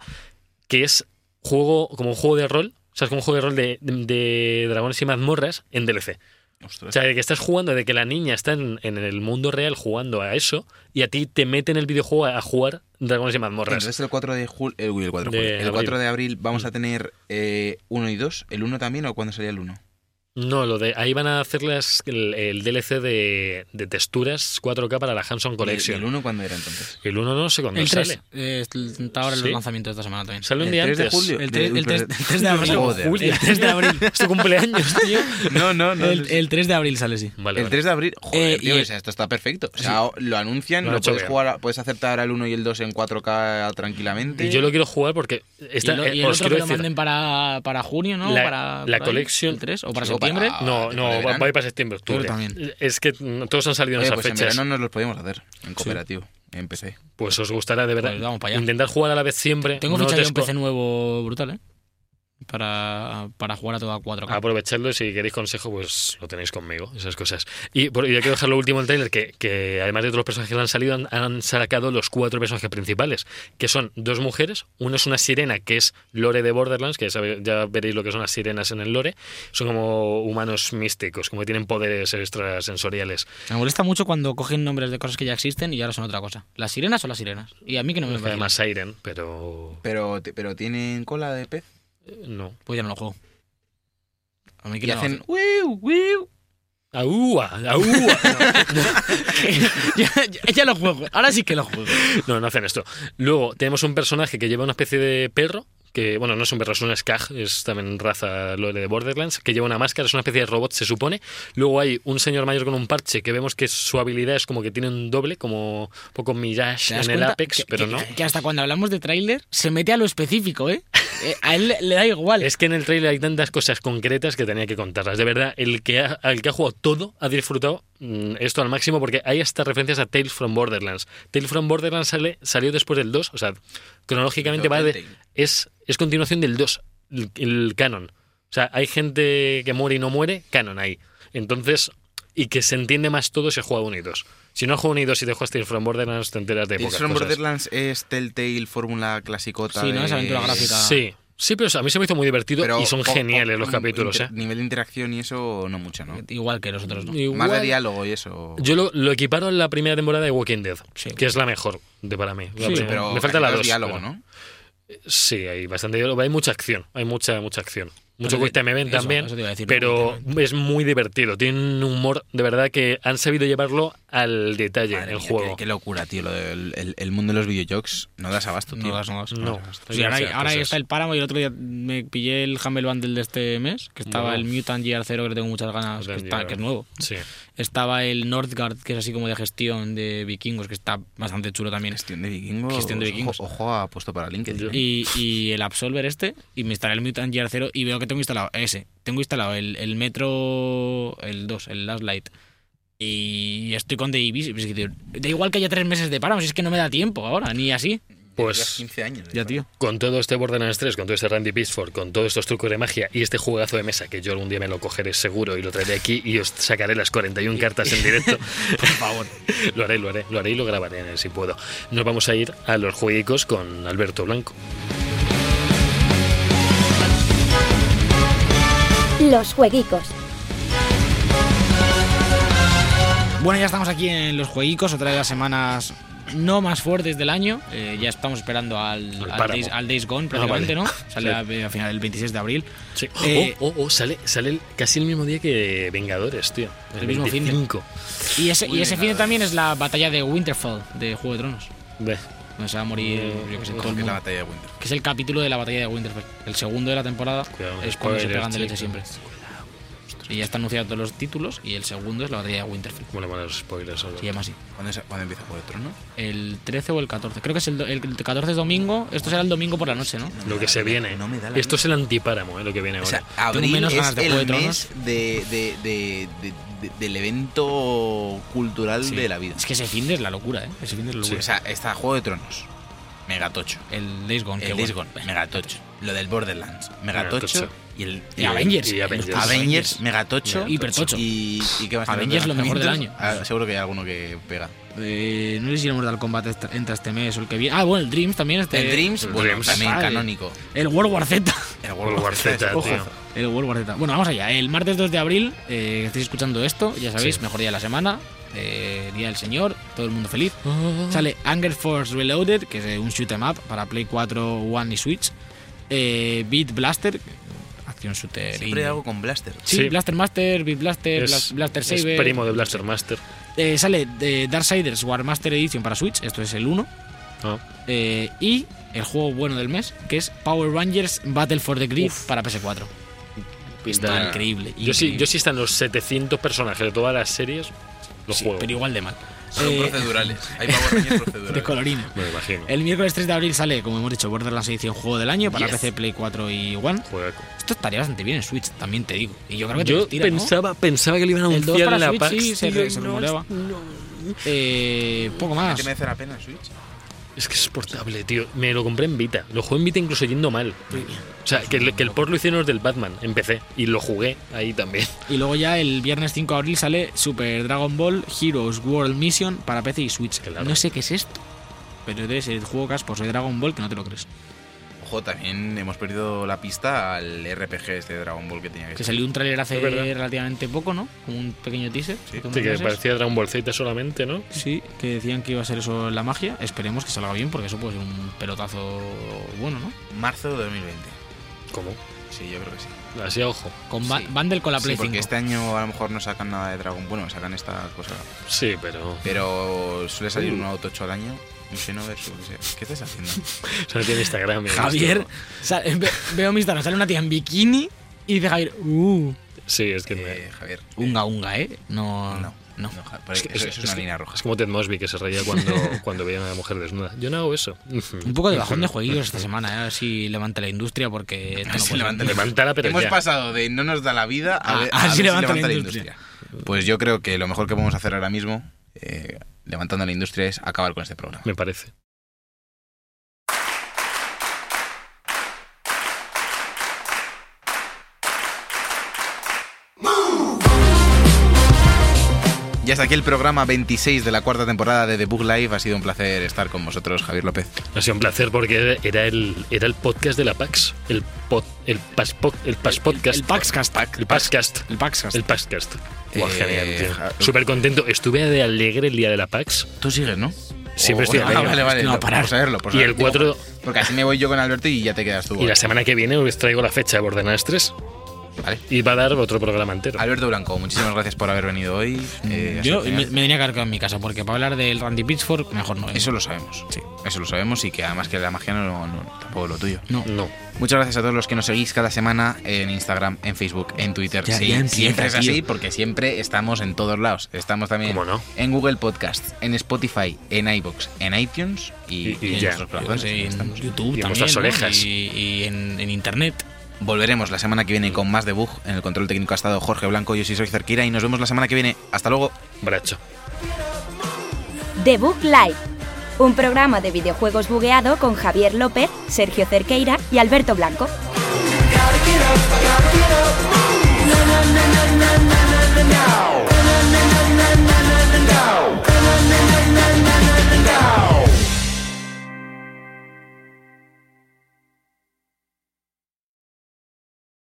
que es juego como un juego de rol, o sea, es como un juego de rol de, de dragones y mazmorras en DLC. O
Ostras.
sea, de que estás jugando, de que la niña está en, en el mundo real jugando a eso y a ti te meten el videojuego a, a jugar dragones y mazmorras.
Entonces el 4 de julio, el, uy, el 4 de
De
julio, el
abril.
4 de abril vamos a tener 1 y 2, el 1 también o cuándo sería el 1?
No, lo de ahí van a hacer las- el, el DLC de, de texturas 4K para la Hanson
¿El
Collection.
1 cuándo era entonces?
El 1 no sé cuándo
el 3.
sale.
eh, está ahora en
Sí.
los lanzamientos de esta semana también.
Sale un
¿El
día
3 de
antes.
julio?
El, tre-
de-
el tres-
uy,
el 3 de abril.
Joder.
Julia, El 3 de abril.
Es tu cumpleaños, tío.
No, no, no.
El, el 3 de abril sale, sí.
Vale,
El
vale.
3 de abril, joder,
Eh,
tío,
y-
o sea, esto está perfecto. O sea, lo anuncian,
Lo
lo,
han hecho
puedes
bien.
jugar, a- puedes aceptar el 1 y el 2 en 4K tranquilamente.
Y yo lo quiero jugar porque está,
y, lo- y
eh,
el
os
otro que
quiero
lo
decir.
manden para, para junio, ¿no?
La-
para,
la
por ahí,
collection-
¿El 3 o para
Digo,
septiembre.
para-
No, no,
¿De
va,
verano?
va a ir para septiembre, octubre.
Creo que también.
Es que mm, todos han salido en
Oye,
esas
pues en
fechas.
verano no los podíamos hacer en cooperativo, en PC.
Pues os gustará de verdad.
Pues vamos para allá.
Intentar jugar a la vez siempre.
Tengo
no
fichado
te
un
esco-
PC nuevo brutal, ¿eh? Para, para jugar a toda 4K.
Ah, Aprovechadlo y si queréis consejo, pues lo tenéis conmigo, esas cosas. Y por, y yo quiero dejar lo último del trailer, que, que además de todos los personajes que han salido, han, han sacado los cuatro personajes principales, que son dos mujeres. Uno es una sirena, que es Lore de Borderlands, que ya, sabe- ya veréis lo que son las sirenas en el Lore. Son como humanos místicos, como que tienen poderes extrasensoriales.
Me molesta mucho cuando cogen nombres de cosas que ya existen y ahora son otra cosa. ¿Las sirenas o las sirenas? Y a mí que no me fascina.
Además, Siren, pero
Pero, te- pero tienen cola de pez
eh, no.
Pues ya no lo juego. A mí que
y
no me
hacen...
fascina.
"Wiu, wiu".
¡Aúa! ¡Aúa!
ya, ya- ya lo juego. Ahora sí que lo juego.
No, no hacen esto. Luego tenemos un personaje que lleva una especie de perro que, bueno, no es un perro, es un skag, es también raza lo de Borderlands, que lleva una máscara, es una especie de robot, se supone. Luego hay un señor mayor con un parche que vemos que su habilidad es como que tiene un doble, como un poco Mirage
¿Te das
en el
cuenta
Apex,
que-
pero
que-
no.
Que hasta cuando hablamos de tráiler se mete a lo específico, ¿eh? Eh, A él le- le da igual.
Es que en el trailer hay tantas cosas concretas que tenía que contarlas. De verdad, el que ha, el que ha jugado todo ha disfrutado mm, esto al máximo porque hay estas referencias a Tales from Borderlands. Tales from Borderlands sale, salió después del 2, o sea, cronológicamente va de,
Telltale.
es, es continuación del 2, el, el canon. O sea, hay gente que muere y no muere, canon ahí. Entonces, y que se entiende más todo si ha jugado 1 y 2. Si no has jugado 1 y 2 y te juegas Tales from Borderlands, te enteras de
Tales
pocas
from
cosas.
Borderlands es Telltale, fórmula clasicota.
Sí, ¿no? Es
de-
aventura gráfica.
Sí. Sí, pero a mí se me hizo muy divertido
Pero
y son
po- mm, po-
geniales los capítulos,
inter-
¿eh?
Nivel de interacción y eso, no mucho, ¿no?
Igual que nosotros, ¿no?
Más de
Igual-
diálogo y eso.
Yo lo, lo equiparo en la primera temporada de Walking Dead,
Sí.
que es la mejor de para mí. La
Sí,
primera.
pero
Me falta la
casi
dos.
diálogo,
pero-
¿no?
Sí, hay bastante diálogo, hay mucha acción, hay mucha mucha acción. Mucho
Eso-
quick time event
eso-
también,
eso te iba a decir,
pero
quick
es muy divertido. Tiene un humor de verdad que han sabido llevarlo al detalle
Madre
el
mía,
juego.
Qué, qué locura, tío. lo del- el, el mundo de los videojuegos no das abasto, tío.
No das más.
No,
Sí, ahora,
demasiadas
ahora
cosas.
está el Páramo y el otro día me pillé el Humble Bundle de este mes, que estaba
Bueno.
el Mutant Year 0, que le tengo muchas ganas, que,
Mutant
está-
Year.
que es nuevo.
Sí.
Estaba el Northgard, que es así como de gestión de vikingos, que está bastante chulo también.
Gestión de vikingos.
Gestión de vikingos.
Ojo, ojo ha puesto para LinkedIn.
Yo-
¿eh?
Y, y el Absolver este, y me instalé el Mutant Year 0 y veo que tengo instalado ese. Tengo instalado el, el Metro, el 2, el Last Light. Y estoy con The Ibis. es que, tío, Da igual que haya tres meses de páramo, si es que no me da tiempo ahora, ni así.
Pues-
Llevas 15 años. ¿eh?
Con todo este Borderlands 3, con todo este Randy Pitchford, con todos estos trucos de magia y este juegazo de mesa que yo algún día me lo cogeré seguro y lo traeré aquí y os sacaré las 41 cartas en directo. Por favor. lo haré, lo haré, lo haré y lo grabaré eh, si puedo. Nos vamos a ir a los jueguicos con Alberto Blanco.
Los jueguicos.
Bueno, ya estamos aquí en los jueguicos, otra de las semanas no más fuertes del año. Eh, ya estamos esperando al, al,
Páramo.
Days, al Days Gone prácticamente,
vale.
¿no? Sale
Sí.
a, a final el 26 de abril.
Sí.
Eh,
oh, oh, oh, sale, sale el- casi el mismo día que Vengadores, tío.
El mismo fin ¿eh? de-
25.
Y ese, y
Muy
ese
bien,
fin
nada.
también es la batalla de Winterfell, de Juego de Tronos.
Ve.
Donde se va a morir,
Mm,
yo que sé,
ojo
todo el
Que es la
mundo.
batalla de Winterfell.
que es el capítulo de la batalla de Winterfell. El segundo de la temporada
Cuidado,
es cuando se
spoilers,
pegan de leche
chicos.
siempre. Y ya están anunciados todos los títulos y el segundo es la batalla de Winterfell.
Bueno, bueno, los spoilers. Alberto.
Se llama así.
¿Cuándo, es- cuándo empieza Juego de Tronos?
El 13 o el 14. Creo que es el, do- el 14 es domingo. Esto será el domingo por la noche, ¿no?
Lo que se viene.
No me da la
Esto es el antipáramo, eh, lo que viene
O
ahora.
sea, abril
menos
es
ganas de Juego
el
de Tronos.
mes de, de- de- de- de- del evento cultural
Sí.
de la vida.
Es que ese fin de es la locura, ¿eh? Ese fin de es la
Sí,
locura.
O sea, está Juego de Tronos, Megatocho.
El Days Gone. qué
El
bueno.
Days Gone, Megatocho. Lo del Borderlands, Megatocho.
Megatocho.
Y el
Y Avengers.
y Avengers.
Avengers, Megatocho.
Hipertocho.
Y, y qué más
Avengers,
tenemos?
lo mejor del año.
Ah, seguro que hay alguno que pega.
Eh, no sé si el Mortal Kombat est- entra este mes o el que viene. Ah, bueno, el Dreams también. Este,
el Dreams,
el
bueno,
Dreams.
también
Vale.
canónico.
El World War Z.
El
World War Z,
Ojo.
tío.
El World War Z. Bueno, vamos allá. El martes 2 de abril, eh, estáis escuchando esto, ya sabéis,
Sí.
mejor día de la semana, eh, Día del Señor, todo el mundo feliz.
Ah.
Sale Anger Force Reloaded, que es eh, un shoot 'em up para Play 4, One y Switch. Eh, Beat Blaster, acción shooter.
Eh, Siempre
indie.
hago con Blaster.
Sí,
Sí.
Blaster Master, Beat Blaster,
Es-
Eh, Blas- Blaster
es
Saber.
primo de Blaster Master.
Eh, sale eh, Darksiders Warmaster Edition para Switch, esto es el 1.
Ah.
Eh, y el juego bueno del mes, que es Power Rangers Battle for the Grid para PS4. Está
Pinta-
increíble.
Yo sí,
increíble.
yo sí están los 700 personajes de todas las series, los
Sí,
juego.
pero igual de mal.
Son
Eh,
procedurales. Hay Power Rangers
de
procedurales.
colorina.
Me lo imagino.
El miércoles 3 de abril sale, como hemos dicho, Borderlands Edición Juego del Año para
Yes.
PC, Play 4 y One.
Juegaco.
Esto estaría bastante bien en Switch, también te digo. Y yo creo que te
Yo
los tiran, ¿no?
pensaba, pensaba que le iban a
El 2
anunciar
para
en la
Switch,
PAX.
sí, se,
tío,
re- se
no,
rumoreaba. Eh, poco
¿Qué
más.
me hace la pena Switch?
Es que es portable, tío. Me lo compré en Vita. Lo jugué en Vita incluso yendo mal. O sea, que, el- que el port lo hicieron los del Batman. Empecé y lo jugué ahí también.
Y luego ya el viernes 5 de abril sale Super Dragon Ball Heroes World Mission para PC y Switch.
Claro.
No sé qué es esto, pero debe ser el juego que has puesto de Dragon Ball que no te lo crees.
Ojo, también hemos perdido la pista al RPG este de Dragon Ball que tenía que
Que
ser.
salió un tráiler hace
Es verdad.
relativamente poco, ¿no? Como un pequeño teaser.
Sí.
hace unos
Sí, que
meses.
parecía Dragon Ball Z solamente, ¿no?
Sí, que decían que iba a ser eso la magia. Esperemos que salga bien porque eso puede ser un pelotazo bueno, ¿no?
Marzo de 2020.
¿Cómo?
Sí, yo creo que sí.
Así a ojo.
Con ba-
Sí.
Bundle con la
Sí,
Play
porque
5.
este año a lo mejor no sacan nada de Dragon. Bueno, sacan esta cosa.
Sí, pero.
Pero suele salir
Uh.
un auto 8 al año. Un Xenoverse, yo qué sé. ¿Qué estás haciendo?
Eso no tiene Instagram. ¿eh?
Javier, sa- ve- veo mi Instagram, sale una tía en bikini y dice Javier, uh,
Sí, es que.
Eh, Javier.
unga unga, ¿eh? No,
No,
no.
no. Ja- pero eso, eso es, una línea roja.
Es como Ted Mosby que se reía cuando, cuando veía a una mujer desnuda. Yo no hago eso.
Un poco de bajón de jueguillos esta semana, ¿eh? a ver si levanta la industria porque esto no
si
puede
levanta
ser.
Levantala, pero
Hemos
ya.
pasado de no nos da la vida a,
Ah,
ver,
ah,
a
sí
ver
levanta la
Pues yo creo que lo mejor que podemos hacer ahora mismo, eh, levantando la industria, es acabar con este programa.
Me parece.
Y hasta aquí el programa 26 de la cuarta temporada de The Book Live. Ha sido un placer estar con vosotros, Javier López.
Ha sido un placer porque era el, era el podcast de la PAX. El, pod, el, pas, el pas podcast.
El Paxcast.
El Paxcast.
El Paxcast.
El Paxcast. Buah,
Eh,
genial, tío.
ja-
Súper contento. Estuve de alegre el día de la PAX.
Tú sigues, ¿no?
Siempre estoy
ah,
alegre.
Vale, vale.
No va a parar.
Por saberlo, por
Y el
saberlo.
4
Porque así me voy yo con Alberto y ya te quedas tú.
y la semana que viene os traigo la fecha de Borderlands 3
Vale.
y va a dar otro programa entero.
Alberto Blanco, muchísimas gracias por haber venido hoy. Eh, ha sido
Yo me,
genial.
me tenía que haber quedado en mi casa porque para hablar del Randy Pitchford, mejor no. ¿eh?
Eso lo sabemos. Sí. Eso lo sabemos y que además que la magia no, no- tampoco es lo tuyo.
No.
No.
Muchas gracias a todos los que nos seguís cada semana en Instagram, en Facebook, en Twitter.
Ya,
sí,
ya empieza,
siempre es así
tío.
porque siempre estamos en todos lados. Estamos también
¿Cómo no?
en Google Podcasts, en Spotify, en iBox, en iTunes y,
Y- y
y en
ya.
nuestros
Yo
programas.
qué sé, en
Estamos.
YouTube
Y en
también.
vuestras
¿no?
orejas.
Y, y en, en Internet.
Volveremos la semana que viene con más debug. En el control técnico ha estado Jorge Blanco, yo soy Sergio Cerquira y nos vemos la semana que viene. Hasta luego.
Bracho.
The Book Live, un programa de videojuegos bugueado con Javier López, Sergio Cerqueira y Alberto Blanco.
gotta get up, I gotta get up. Na na na na